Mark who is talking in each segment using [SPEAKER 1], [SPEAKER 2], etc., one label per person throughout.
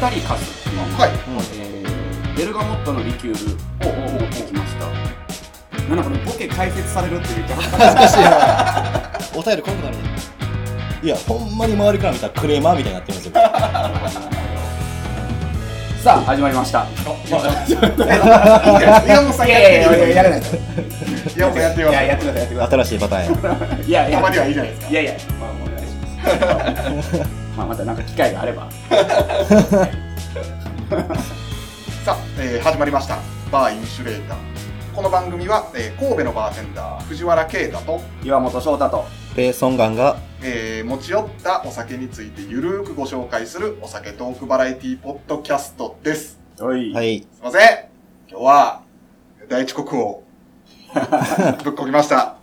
[SPEAKER 1] タリカスの、
[SPEAKER 2] はい
[SPEAKER 1] えーベルガモットのリキュールを持ってきましたなんだこれボケ解説されるって言って恥ずか しい
[SPEAKER 3] 難しいなお便り来なくなるねいやほんまに周りから見たらクレーマーみたいになってるんですよ
[SPEAKER 1] さあ始まりました
[SPEAKER 2] 岩本さんやってみて
[SPEAKER 1] やらないです
[SPEAKER 2] 岩本さんやってみ
[SPEAKER 1] いややってくだ
[SPEAKER 2] さいやってく
[SPEAKER 3] 新しいパターンや
[SPEAKER 1] いやいや
[SPEAKER 2] たまにはいいじゃないですか
[SPEAKER 1] いやいやまあお願いします まあまたなんか機会があれば
[SPEAKER 2] さあ、えー始まりましたバーインシュレーターこの番組は、えー神戸のバーテンダー藤原啓太と、
[SPEAKER 1] 岩本翔太と
[SPEAKER 3] ペーソンガンが
[SPEAKER 2] えー持ち寄ったお酒についてゆるーくご紹介するお酒トークバラエティポッドキャストです
[SPEAKER 1] はい
[SPEAKER 3] はい
[SPEAKER 2] すいません今日は第一国王 ぶっこきました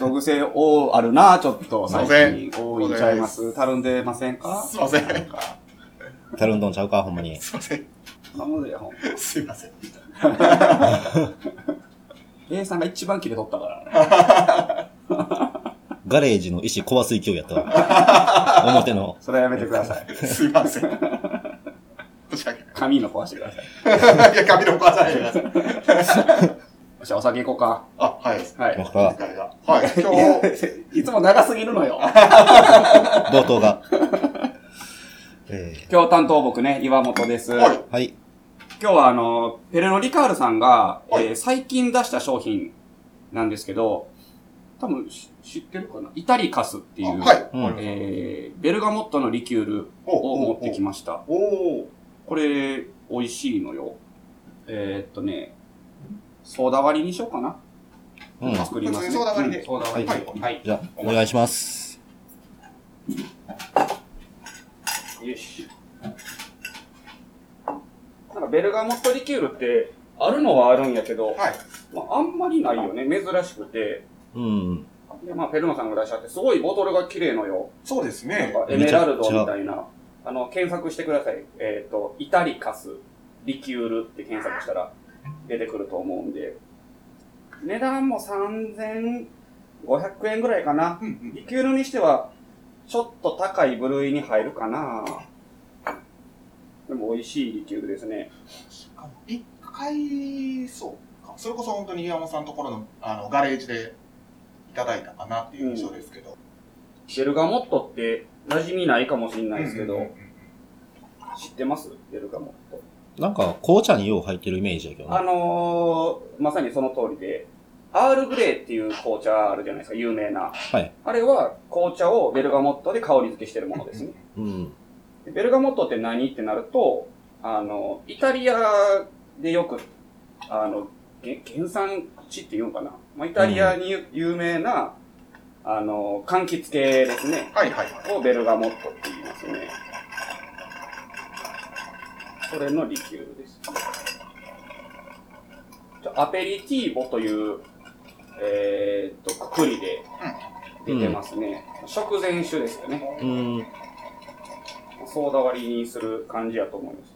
[SPEAKER 1] ログ性多あるな、ちょっと。
[SPEAKER 2] すいま
[SPEAKER 1] 最
[SPEAKER 2] せん
[SPEAKER 1] 近多いんちゃいます。たるんでませんか
[SPEAKER 2] すいません
[SPEAKER 1] なんか
[SPEAKER 3] タルンドンちゃうかほんまに
[SPEAKER 2] すいません
[SPEAKER 1] 頼むでほんま。
[SPEAKER 2] すいません
[SPEAKER 1] A さんが一番切れとったから。
[SPEAKER 3] ガレージの石壊す勢いやったわ 表の
[SPEAKER 1] それはやめてください。
[SPEAKER 2] すい ません申し訳 ない
[SPEAKER 1] 髪の壊してください。
[SPEAKER 2] いや、髪の壊さないでください。
[SPEAKER 1] よし、お酒行こ
[SPEAKER 2] あ、はい。
[SPEAKER 1] うか。は
[SPEAKER 3] なん
[SPEAKER 1] い。
[SPEAKER 3] か
[SPEAKER 2] はい、今日、
[SPEAKER 1] いつも長すぎるのよ。
[SPEAKER 3] 冒頭がえ
[SPEAKER 1] 今日担当僕ね、岩本です。
[SPEAKER 2] は
[SPEAKER 1] 今
[SPEAKER 2] い
[SPEAKER 3] ーはい
[SPEAKER 1] 日はあの、ペレノリカールさんが、え
[SPEAKER 2] はい
[SPEAKER 1] ー最近出した商品なんですけど、多分し知ってるかなイタリカスっていう、
[SPEAKER 2] はい。
[SPEAKER 3] うん
[SPEAKER 1] えーベルガモットのリキュールを持ってきました。
[SPEAKER 2] おお
[SPEAKER 1] これ、美味しいのよ。えー、っとね、ソーダ割りにしようかな。
[SPEAKER 3] うん
[SPEAKER 1] 作ります、ね。
[SPEAKER 2] 普通にソーダ割りで
[SPEAKER 1] うんソーダ割りで。はい。
[SPEAKER 3] じゃあお願いします
[SPEAKER 1] よし。なんかベルガモットリキュールって、あるのはあるんやけど、
[SPEAKER 2] はい。
[SPEAKER 1] まあ、あんまりないよね。珍しくて。
[SPEAKER 3] うん
[SPEAKER 1] で、まあ、ペルノさんが出しちゃって、すごいボトルが綺麗のよ。
[SPEAKER 2] そうです
[SPEAKER 1] なん
[SPEAKER 2] ね。
[SPEAKER 1] かエメラルドみたいな。あの、検索してください。えっ、と、イタリカス、リキュールって検索したら出てくると思うんで。値段も3500円ぐらいかな。
[SPEAKER 2] うんうん
[SPEAKER 1] リキュールにしては、ちょっと高い部類に入るかな。でも美味しいリキュールですね。
[SPEAKER 2] あの一回、そうか。それこそ本当に岩本さんのところの、あの、ガレージでいただいたかなっていう印象ですけど。
[SPEAKER 1] ベルガモットって馴染みないかもしれないですけ
[SPEAKER 2] うんう
[SPEAKER 1] ど
[SPEAKER 2] ん、うん
[SPEAKER 1] 知ってますベルガモット。
[SPEAKER 3] なんか紅茶によう入ってるイメージやけど
[SPEAKER 1] あ
[SPEAKER 3] ね
[SPEAKER 1] のー、まさにその通りで、アールグレーっていう紅茶あるじゃないですか、有名な。
[SPEAKER 3] はい
[SPEAKER 1] あれは紅茶をベルガモットで香り付けしてるものですね。
[SPEAKER 3] うん
[SPEAKER 1] でベルガモットって何ってなると、あの、イタリアでよく、あの、げ原産地っていうのかな。まあ、イタリアに有名な、あの、柑橘系ですね。
[SPEAKER 2] はいはいはい。
[SPEAKER 1] をベルガモットって言いますね。それのリキュールです。じゃあアペリティーボという、えーっと、くくりで出てますね。食前酒ですよね。
[SPEAKER 3] うん
[SPEAKER 1] ソーダ割りにする感じやと思います。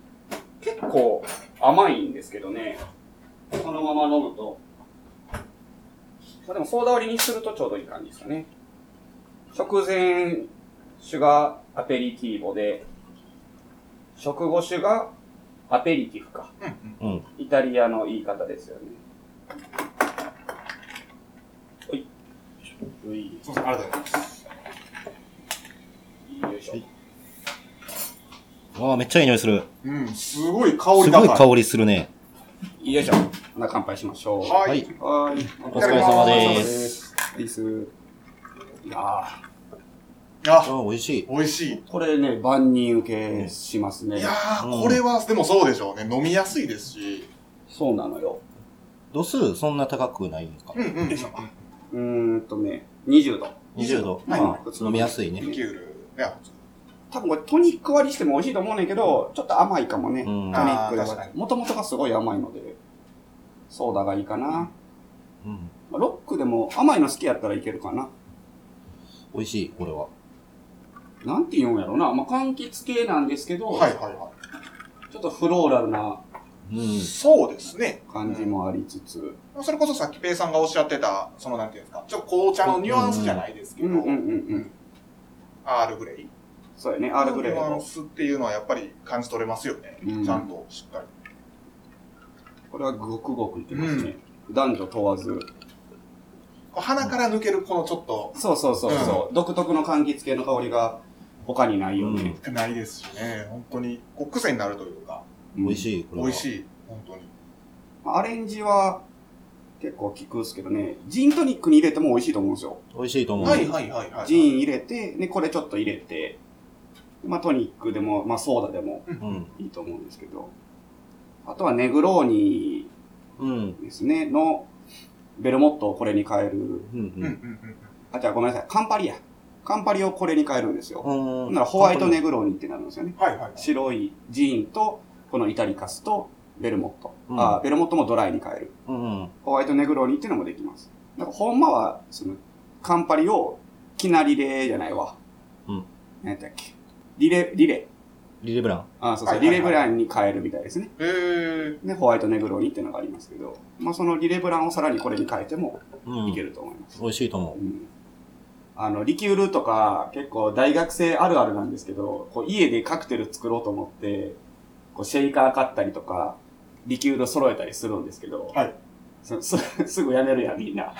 [SPEAKER 1] 結構甘いんですけどね。そのまま飲むと。まあ、でもソーダ割りにするとちょうどいい感じですかね。食前酒がアペリティーボで、食後酒がアペリティフか。
[SPEAKER 2] うんうん
[SPEAKER 3] うん
[SPEAKER 1] イタリアの言い方ですよね。おい。おい。
[SPEAKER 2] そうそう、ありがとうございます。
[SPEAKER 1] よいしょ。
[SPEAKER 3] わあめっちゃいい匂いする
[SPEAKER 2] うん、すごい香
[SPEAKER 3] す
[SPEAKER 2] り
[SPEAKER 3] ご
[SPEAKER 2] 高
[SPEAKER 3] い
[SPEAKER 2] い。
[SPEAKER 3] 香りするね
[SPEAKER 1] よいしょ。ほな乾杯しましょう。
[SPEAKER 2] はい。
[SPEAKER 3] はい
[SPEAKER 1] はい。。
[SPEAKER 3] お疲れ様です
[SPEAKER 1] いいっす。いやー
[SPEAKER 2] あ、
[SPEAKER 3] あ美味しい
[SPEAKER 2] 美味しい。
[SPEAKER 1] これね、万人受けしますね
[SPEAKER 2] いや。
[SPEAKER 3] う
[SPEAKER 2] ー、
[SPEAKER 3] ん
[SPEAKER 2] これは、でもそうでしょうね。飲みやすいですし。
[SPEAKER 1] そうなのよ。
[SPEAKER 3] 度数そんな高くないんですか
[SPEAKER 2] うんうん。リ
[SPEAKER 1] うーんとね、20度。
[SPEAKER 3] 20度
[SPEAKER 1] はい
[SPEAKER 3] まあ飲みやすいね
[SPEAKER 2] キュール。いや、
[SPEAKER 1] 多分これトニック割りしても美味しいと思うねんけど、ちょっと甘いかもね。
[SPEAKER 3] う
[SPEAKER 1] ト
[SPEAKER 3] ん
[SPEAKER 1] ニック
[SPEAKER 2] あー確か
[SPEAKER 1] もともとがすごい甘いので、ソーダがいいかな。
[SPEAKER 3] うん
[SPEAKER 1] まあロックでも甘いの好きやったらいけるかな。
[SPEAKER 3] 美味しいこれは
[SPEAKER 1] なんて言うんやろな。まあ、柑橘系なんですけど、
[SPEAKER 2] はいはいは
[SPEAKER 1] ちょっとフローラルない
[SPEAKER 3] うん
[SPEAKER 2] い。そうですね。
[SPEAKER 1] 感じもありつつ、
[SPEAKER 2] それこそさっきペイさんがおっしゃってた、そのなんていうんですか、ちょっと紅茶のニュアンスじゃないですけ
[SPEAKER 1] う
[SPEAKER 2] ど、
[SPEAKER 1] んうんうんうん。
[SPEAKER 2] アールグレイ。
[SPEAKER 1] そうやね、アールグレー
[SPEAKER 2] ニュアン
[SPEAKER 1] ド。
[SPEAKER 2] スっていうのはやっぱり感じ取れますよね。
[SPEAKER 1] うん
[SPEAKER 2] ちゃんとしっかり。
[SPEAKER 1] これはごくごくいけますね。男女問わず。
[SPEAKER 2] こう鼻から抜けるこのちょっと、
[SPEAKER 1] そうそうそうそう、独特の柑橘系の香りが他にないよね。
[SPEAKER 2] ないですしね。本当に、こう癖になるというか、
[SPEAKER 3] 美味
[SPEAKER 1] い。
[SPEAKER 3] しい、こ
[SPEAKER 2] 美
[SPEAKER 3] れは。
[SPEAKER 2] 味
[SPEAKER 3] い。
[SPEAKER 2] しい。本当に。
[SPEAKER 1] アレンジは結構効くっすけどね、ジントニックに入れても美味しいと思うんですよ。
[SPEAKER 3] 美味しいと思う。
[SPEAKER 2] はいはいはいはい。
[SPEAKER 1] ジン入れて、で、これちょっと入れて、まあトニックでも、まあソーダでも
[SPEAKER 3] うん。
[SPEAKER 1] いいと思うんですけど。あとはネグローニ
[SPEAKER 3] うん。
[SPEAKER 1] ですね、のベルモットをこれに変える。
[SPEAKER 3] う。
[SPEAKER 2] うんうんん
[SPEAKER 1] あ、じゃあごめんなさい、カンパリや。カンパリをこれに変えるんですよ。
[SPEAKER 3] うん。
[SPEAKER 1] ほ
[SPEAKER 3] うんん。
[SPEAKER 1] ならホワイトネ。グローニってなるんですよね。
[SPEAKER 2] うん。はいはい。
[SPEAKER 1] 白いジーンと、このイタリカスと、ベルモット。
[SPEAKER 3] うん
[SPEAKER 1] あベルモットもドライに変える。
[SPEAKER 3] うん。
[SPEAKER 1] ホワイトネグローニっていうのもできます。なんか、ほんまは、その、カンパリを、キナリレーじゃないわ。
[SPEAKER 3] うん。
[SPEAKER 1] 何やったっけ。リレ、リレ。
[SPEAKER 3] リレブラン。
[SPEAKER 1] あ、そうそう、
[SPEAKER 2] はいはいはい
[SPEAKER 1] リレブランに変えるみたいですね。
[SPEAKER 2] えー、
[SPEAKER 1] で、ホワイトネグローニっていうのがありますけど、まあ、そのリレブランをさらにこれに変えても
[SPEAKER 3] うん。
[SPEAKER 1] いけると思います。
[SPEAKER 3] 美味しいと思
[SPEAKER 1] うんあの、リキュールとか、結構大学生あるあるなんですけど、こう家でカクテル作ろうと思って、こうシェイカー買ったりとか、リキュール揃えたりするんですけど、
[SPEAKER 2] はい
[SPEAKER 1] そすすぐやめるやん、みん な。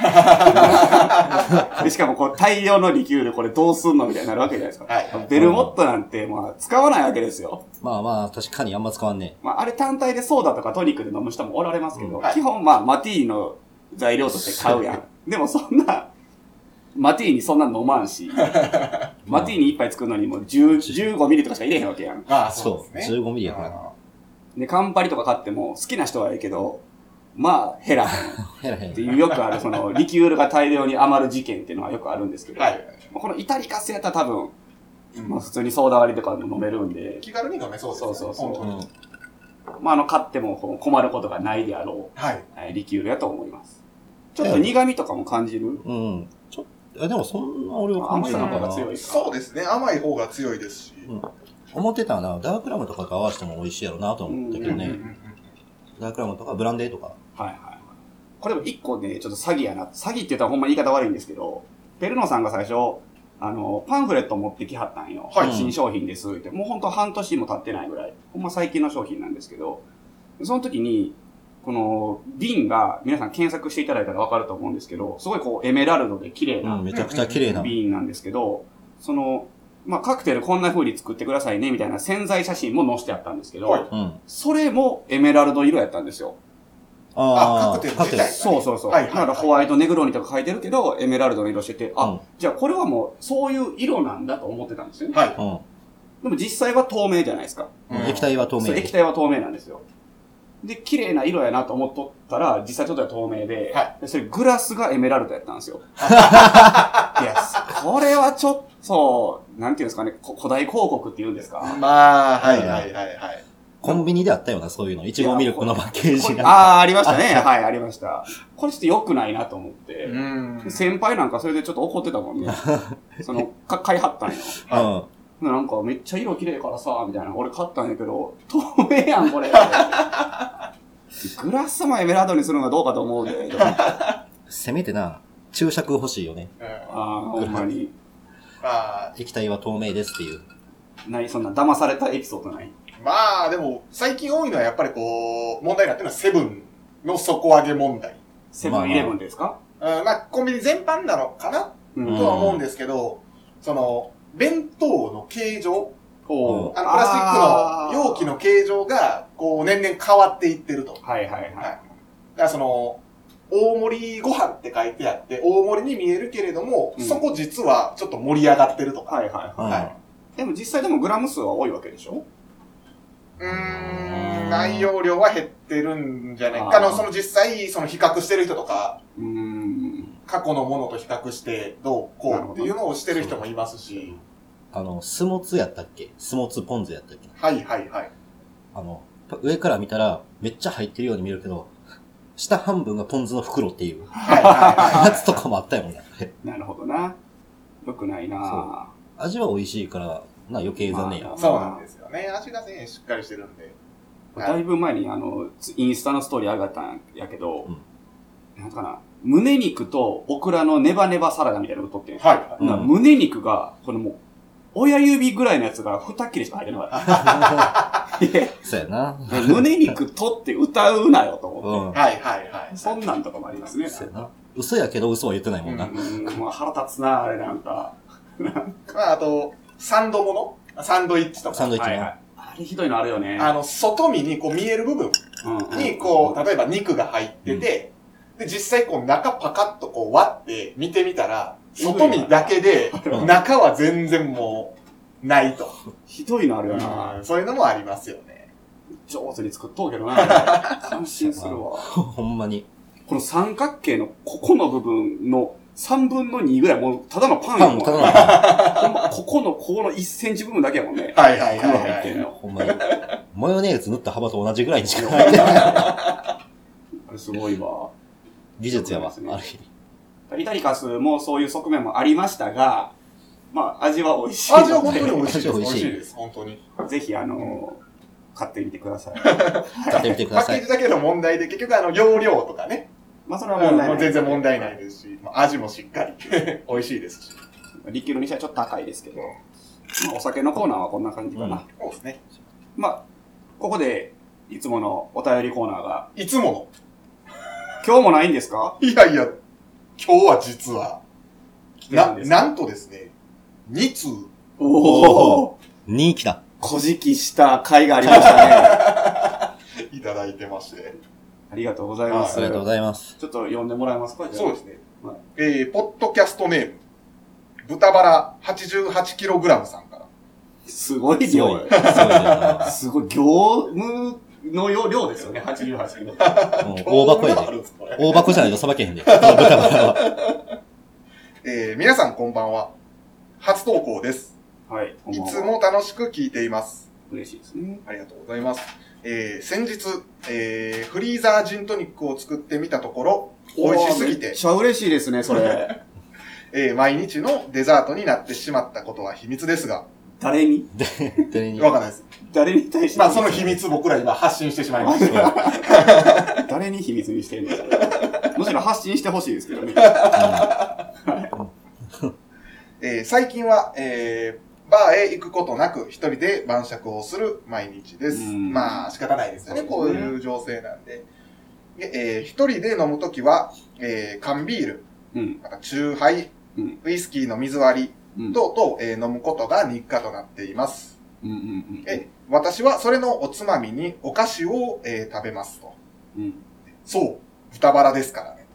[SPEAKER 1] でしかもこう大量のリキュールこれどうすんのみたいになるわけじゃないですか。
[SPEAKER 2] はいはい。
[SPEAKER 1] ベルモットなんて、まあ、使わないわけですよ。
[SPEAKER 3] う。まあまあ、確かにあんま使わんね
[SPEAKER 1] まあ、あれ単体でソーダとかトニックで飲む人もおられますけど、
[SPEAKER 3] うん
[SPEAKER 2] はい
[SPEAKER 1] 基本まあ、マティーの材料として買う やん。でもそんな、マティーにそんな飲まん し、マティーに一杯作るのにもう10 15ミリとかしか入れへんわけやん。
[SPEAKER 2] ああ、
[SPEAKER 3] え。
[SPEAKER 2] そうですね。
[SPEAKER 3] 15ミリやから。
[SPEAKER 2] あ
[SPEAKER 1] で、カンパリとか買っても好きな人はいいけど、まあ、減らへんっ
[SPEAKER 3] へらへ
[SPEAKER 1] て
[SPEAKER 3] ん。
[SPEAKER 1] いうよくある、そ の、リキュールが大量に余る事件っていうのはよくあるんですけ
[SPEAKER 2] ー
[SPEAKER 1] ど、
[SPEAKER 2] はいはい。
[SPEAKER 1] まあこのイタリカスやったら多分、
[SPEAKER 2] うん
[SPEAKER 1] まあ普通にソーダ割りとかでも飲めるんで、
[SPEAKER 2] 気軽に飲めそうですよね。
[SPEAKER 1] そうそうそう
[SPEAKER 2] 本当に。
[SPEAKER 1] まあ、あの、買ってもこう困ることがないであろう。
[SPEAKER 2] はい。
[SPEAKER 1] はいリキュールやと思います。ちょっと苦味とかも感じる。
[SPEAKER 3] うん。うん。ちょっと、えでもそんな俺は感
[SPEAKER 1] 甘い
[SPEAKER 3] じ
[SPEAKER 1] の
[SPEAKER 3] なか
[SPEAKER 1] 方が
[SPEAKER 3] な。
[SPEAKER 1] 強いか。
[SPEAKER 2] そうですね。甘い方が強いですし。
[SPEAKER 3] うん思ってたな、ダークラムとかと合わせても美味しいやろなと思ったけど
[SPEAKER 2] うんうんう
[SPEAKER 3] ね。
[SPEAKER 2] ん
[SPEAKER 3] ダークラムとかブランデーとか。
[SPEAKER 1] はいはいはい。これでも一個ね、ちょっと詐欺やな。詐欺って言ったらほんま言い方悪いんですけど、ペルノさんが最初、あの、パンフレット持ってきはったんよ。
[SPEAKER 2] はい
[SPEAKER 1] 新商品ですって。もうほんと半年も経ってないぐらい。ほんま最近の商品なんですけど、その時に、この瓶が皆さん検索していただいたらわかると思うんですけど、すごいこうエメラルドで綺麗
[SPEAKER 3] う、
[SPEAKER 1] なん
[SPEAKER 3] めちゃくちゃ綺麗な。
[SPEAKER 1] 瓶なんですけど、その、まあ、カクテルこんな風に作ってくださいね、みたいな潜在写真も載せてあったんですけど、
[SPEAKER 2] はい
[SPEAKER 3] うん。
[SPEAKER 1] それもエメラルド色やったんですよ。
[SPEAKER 3] あ
[SPEAKER 2] あ
[SPEAKER 3] あ、
[SPEAKER 2] カクテル
[SPEAKER 3] カクテル。
[SPEAKER 2] 自
[SPEAKER 1] そうそうそう。
[SPEAKER 2] はいはいは
[SPEAKER 1] だか
[SPEAKER 2] い
[SPEAKER 1] らホワイトネグロニとか書いてるけど、エメラルドの色してて、あ、
[SPEAKER 3] うん
[SPEAKER 1] じゃあこれはもうそういう色なんだと思ってたんですよね。
[SPEAKER 2] はい。
[SPEAKER 1] でも実際は透明じゃないですか。
[SPEAKER 3] うん。
[SPEAKER 2] うん
[SPEAKER 3] 液体は透
[SPEAKER 1] そう
[SPEAKER 3] 明。
[SPEAKER 1] 液体は透明なんですよ。で、綺麗な色やなと思っとったら、実際ちょっとは透明で、
[SPEAKER 2] は
[SPEAKER 1] でそれグラスがエメラルドやったんですよ。いや、これはちょっと、なんていうんですかね、こ古代広告って言うんですか。
[SPEAKER 2] まあ、はい
[SPEAKER 3] うん
[SPEAKER 2] はいはいはい。
[SPEAKER 3] コンビニであったよな、そういうの。いちごミルクのパッケー
[SPEAKER 1] こ
[SPEAKER 3] ジ
[SPEAKER 1] れ
[SPEAKER 3] が。
[SPEAKER 1] ああ、ありましたね。はい、ありました。これちょっと良くないなと思って。
[SPEAKER 2] うん
[SPEAKER 1] 先輩なんかそれでちょっと怒ってたもんね。その、か買いはったんよ。
[SPEAKER 3] うん。
[SPEAKER 1] なんかめっちゃ色綺麗からさ、みたいな。俺買ったんやけど、透明やん、これ。 グラスもエメラルドにするのがどうかと思うで。 とか
[SPEAKER 3] せめてな、注釈欲しいよね。
[SPEAKER 1] ああ、ほんまに。
[SPEAKER 2] まあ、
[SPEAKER 3] 液体は透明ですっていう。
[SPEAKER 1] ない、そんな騙されたエピソードない。
[SPEAKER 2] まあ、でも、最近多いのはやっぱりこう、問題になってるのはセブンの底上げ問題。
[SPEAKER 1] セブンイレブンですか、
[SPEAKER 2] うんまあ、コンビニ全般なのかな
[SPEAKER 1] うん
[SPEAKER 2] とは思うんですけど、その、弁当の形状、
[SPEAKER 1] ほう
[SPEAKER 2] あの、プラスチックの容器の形状が、こう、年々変わっていってると。だか
[SPEAKER 1] はいはいはい。
[SPEAKER 2] らその、大盛りご飯って書いてあって、大盛りに見えるけれども、
[SPEAKER 1] うん
[SPEAKER 2] そこ実はちょっと盛り上がってるとか。
[SPEAKER 1] はいはい
[SPEAKER 3] うん
[SPEAKER 1] ははい。でも実際でもグラム数は多いわけでしょ
[SPEAKER 2] うーん、内容量は減ってるんじゃないか。
[SPEAKER 1] あ
[SPEAKER 2] あ
[SPEAKER 1] ー
[SPEAKER 2] の、その実際、その比較してる人とか、
[SPEAKER 1] うーん。
[SPEAKER 2] 過去のものと比較して、どうこうっていうのをしてる人もいますし。
[SPEAKER 3] あの、スモツやったっけスモツポン酢やったっけ
[SPEAKER 2] はいはいはい。
[SPEAKER 3] あの、上から見たら、めっちゃ入ってるように見えるけど、下半分がポン酢の袋っていう、
[SPEAKER 2] はいはいはい。
[SPEAKER 3] やつとかもあったよね。
[SPEAKER 1] なるほどな。よくないな
[SPEAKER 3] 味は美味しいから、な、余計残念や
[SPEAKER 1] ま。
[SPEAKER 2] そうなんですよね。味がね、しっかりしてるんで。はい
[SPEAKER 1] だいぶ前にあの、ツインスタのストーリー上がったんやけど、なんかな、胸肉とオクラのネバネバサラダみたいなのを撮ってん
[SPEAKER 2] はいは
[SPEAKER 3] うん
[SPEAKER 1] な胸肉が、このもう、親指ぐらいのやつが二切れしか入ってなか った。いや
[SPEAKER 3] そうやな。
[SPEAKER 1] 胸肉取って歌うなよと思って。
[SPEAKER 3] うん。
[SPEAKER 2] はいはいはい。
[SPEAKER 1] そんなんとかもありますね。
[SPEAKER 3] そうやな。嘘やけど嘘は言ってないもんな。
[SPEAKER 1] うん、まあ腹立つな、あれなんか。
[SPEAKER 2] まあ、あと、サンドものサンドイッチと
[SPEAKER 3] サ
[SPEAKER 2] か。
[SPEAKER 3] ンドイッチ
[SPEAKER 1] はい
[SPEAKER 3] も
[SPEAKER 1] は。
[SPEAKER 3] ない
[SPEAKER 1] あれひどいのあるよね。
[SPEAKER 2] あの、外身にこう見える部分
[SPEAKER 1] うん
[SPEAKER 2] に、こう、例えば肉が入ってて、で、実際こう中パカッとこう割って見てみたら、外身だけで、
[SPEAKER 3] うん
[SPEAKER 2] 中は全然もう、ないと。
[SPEAKER 1] ひどいのあるよ
[SPEAKER 2] う
[SPEAKER 1] な。
[SPEAKER 2] んそういうのもありますよね。
[SPEAKER 1] 上手に作っとうけどな。感心するわ。
[SPEAKER 3] ほんまに。
[SPEAKER 1] この三角形のここの部分の3分の2ぐらい、もうただのパン
[SPEAKER 3] パ
[SPEAKER 1] やも
[SPEAKER 3] ン
[SPEAKER 1] ん。
[SPEAKER 3] も頼む。
[SPEAKER 1] ほんまここの、ここの1センチ部分だけやもんね。
[SPEAKER 2] はいはい
[SPEAKER 1] 黒
[SPEAKER 2] はい、
[SPEAKER 1] 入っ
[SPEAKER 2] は
[SPEAKER 1] てん
[SPEAKER 2] い。
[SPEAKER 1] の。
[SPEAKER 3] ほんま に。マヨネーズ塗った幅と同じぐらいにしか入ってない。
[SPEAKER 1] あれすごいわ。
[SPEAKER 3] 技術やわ。
[SPEAKER 1] そうですね
[SPEAKER 3] ある意味。
[SPEAKER 1] イタリカスもそういう側面もありましたが、まあ、味は美味しいので。
[SPEAKER 2] 味は本当に美味しいです。
[SPEAKER 3] 美
[SPEAKER 2] 美
[SPEAKER 3] 味
[SPEAKER 2] 味
[SPEAKER 3] しい
[SPEAKER 2] しいです。本当に。
[SPEAKER 1] ぜひ、あの、買ってみてください。
[SPEAKER 3] 買ってみてく
[SPEAKER 2] パ
[SPEAKER 3] だ
[SPEAKER 2] ッケ
[SPEAKER 3] さ
[SPEAKER 2] ージ
[SPEAKER 3] い。
[SPEAKER 2] だけの問題で、結局あの、容量とかね。
[SPEAKER 1] まあ、それ
[SPEAKER 2] う
[SPEAKER 1] は
[SPEAKER 2] ん
[SPEAKER 1] 問題な
[SPEAKER 2] もう
[SPEAKER 1] い。
[SPEAKER 2] 全然問題ないですし、まあ味もしっかり。 美味しいですし。
[SPEAKER 1] リキュールにしてはちょっと高いですけど。まあ、お酒のコーナーはこんな感じかな。
[SPEAKER 2] そうですね。
[SPEAKER 1] まあ、ここで、いつものお便りコーナーが、
[SPEAKER 2] いつも
[SPEAKER 1] 今日もないんですか
[SPEAKER 2] の。いやいや、今日は実は、な、
[SPEAKER 1] な
[SPEAKER 2] なんとですね、2通。
[SPEAKER 1] おお
[SPEAKER 3] 人気だ。
[SPEAKER 1] こじきした回がありました ね。
[SPEAKER 2] いただいてまして。
[SPEAKER 1] ありがとうございます。
[SPEAKER 3] ありがとうございます。
[SPEAKER 1] ちょっと呼んでもらえますか。
[SPEAKER 2] そうですすね。
[SPEAKER 1] はい
[SPEAKER 2] えー、ポッドキャストネーム、豚バラ 88kg さんから。
[SPEAKER 1] すごい
[SPEAKER 3] すごい。
[SPEAKER 1] 量
[SPEAKER 3] すご。いな。
[SPEAKER 1] すごい、業務の量量ですよね、88キロ。
[SPEAKER 3] もう大箱や
[SPEAKER 2] 興味があ
[SPEAKER 3] で。
[SPEAKER 2] るんですこれ
[SPEAKER 3] 大箱じゃないとさばけへんで。豚バラは。
[SPEAKER 2] えー、皆さんこんばんは。初投稿です。
[SPEAKER 1] はい、こん
[SPEAKER 2] い
[SPEAKER 1] ばんは
[SPEAKER 2] つも楽しく聞いています。
[SPEAKER 1] 嬉しいですね。
[SPEAKER 2] ありがとうございます。えー、先日、えー、フリーザージントニックを作ってみたところ、美味しす
[SPEAKER 1] め
[SPEAKER 2] ぎ、
[SPEAKER 1] ってちゃ嬉しいですね、それ。
[SPEAKER 2] えー、毎日のデザートになってしまったことは秘密ですが、
[SPEAKER 1] 誰に
[SPEAKER 3] 本当に
[SPEAKER 2] わかんないです。
[SPEAKER 1] 誰に対して
[SPEAKER 2] まあ、その秘密僕ら今発信してしまいました。
[SPEAKER 3] そう
[SPEAKER 1] 誰に秘密にしてるんです かむしろ発信してほしいですけどね。
[SPEAKER 2] えー最近は、えーバーへ行くことなく一人で晩酌をする毎日です。
[SPEAKER 1] うん
[SPEAKER 2] まあ仕方ないですよね、
[SPEAKER 1] そうです
[SPEAKER 2] こ
[SPEAKER 1] ね
[SPEAKER 2] ういう情勢なんで。でえー一人で飲むときは、えー缶ビール、
[SPEAKER 1] うん。
[SPEAKER 2] また酎ハイ、
[SPEAKER 1] うん
[SPEAKER 2] ウイスキーの水割
[SPEAKER 1] う
[SPEAKER 2] り
[SPEAKER 1] ん。
[SPEAKER 2] 等々、えー飲むことが日課となっています。
[SPEAKER 1] うんうんうん。
[SPEAKER 2] え私はそれのおつまみにお菓子を、えー食べますと。
[SPEAKER 1] うん。
[SPEAKER 2] そう、豚バラですからね。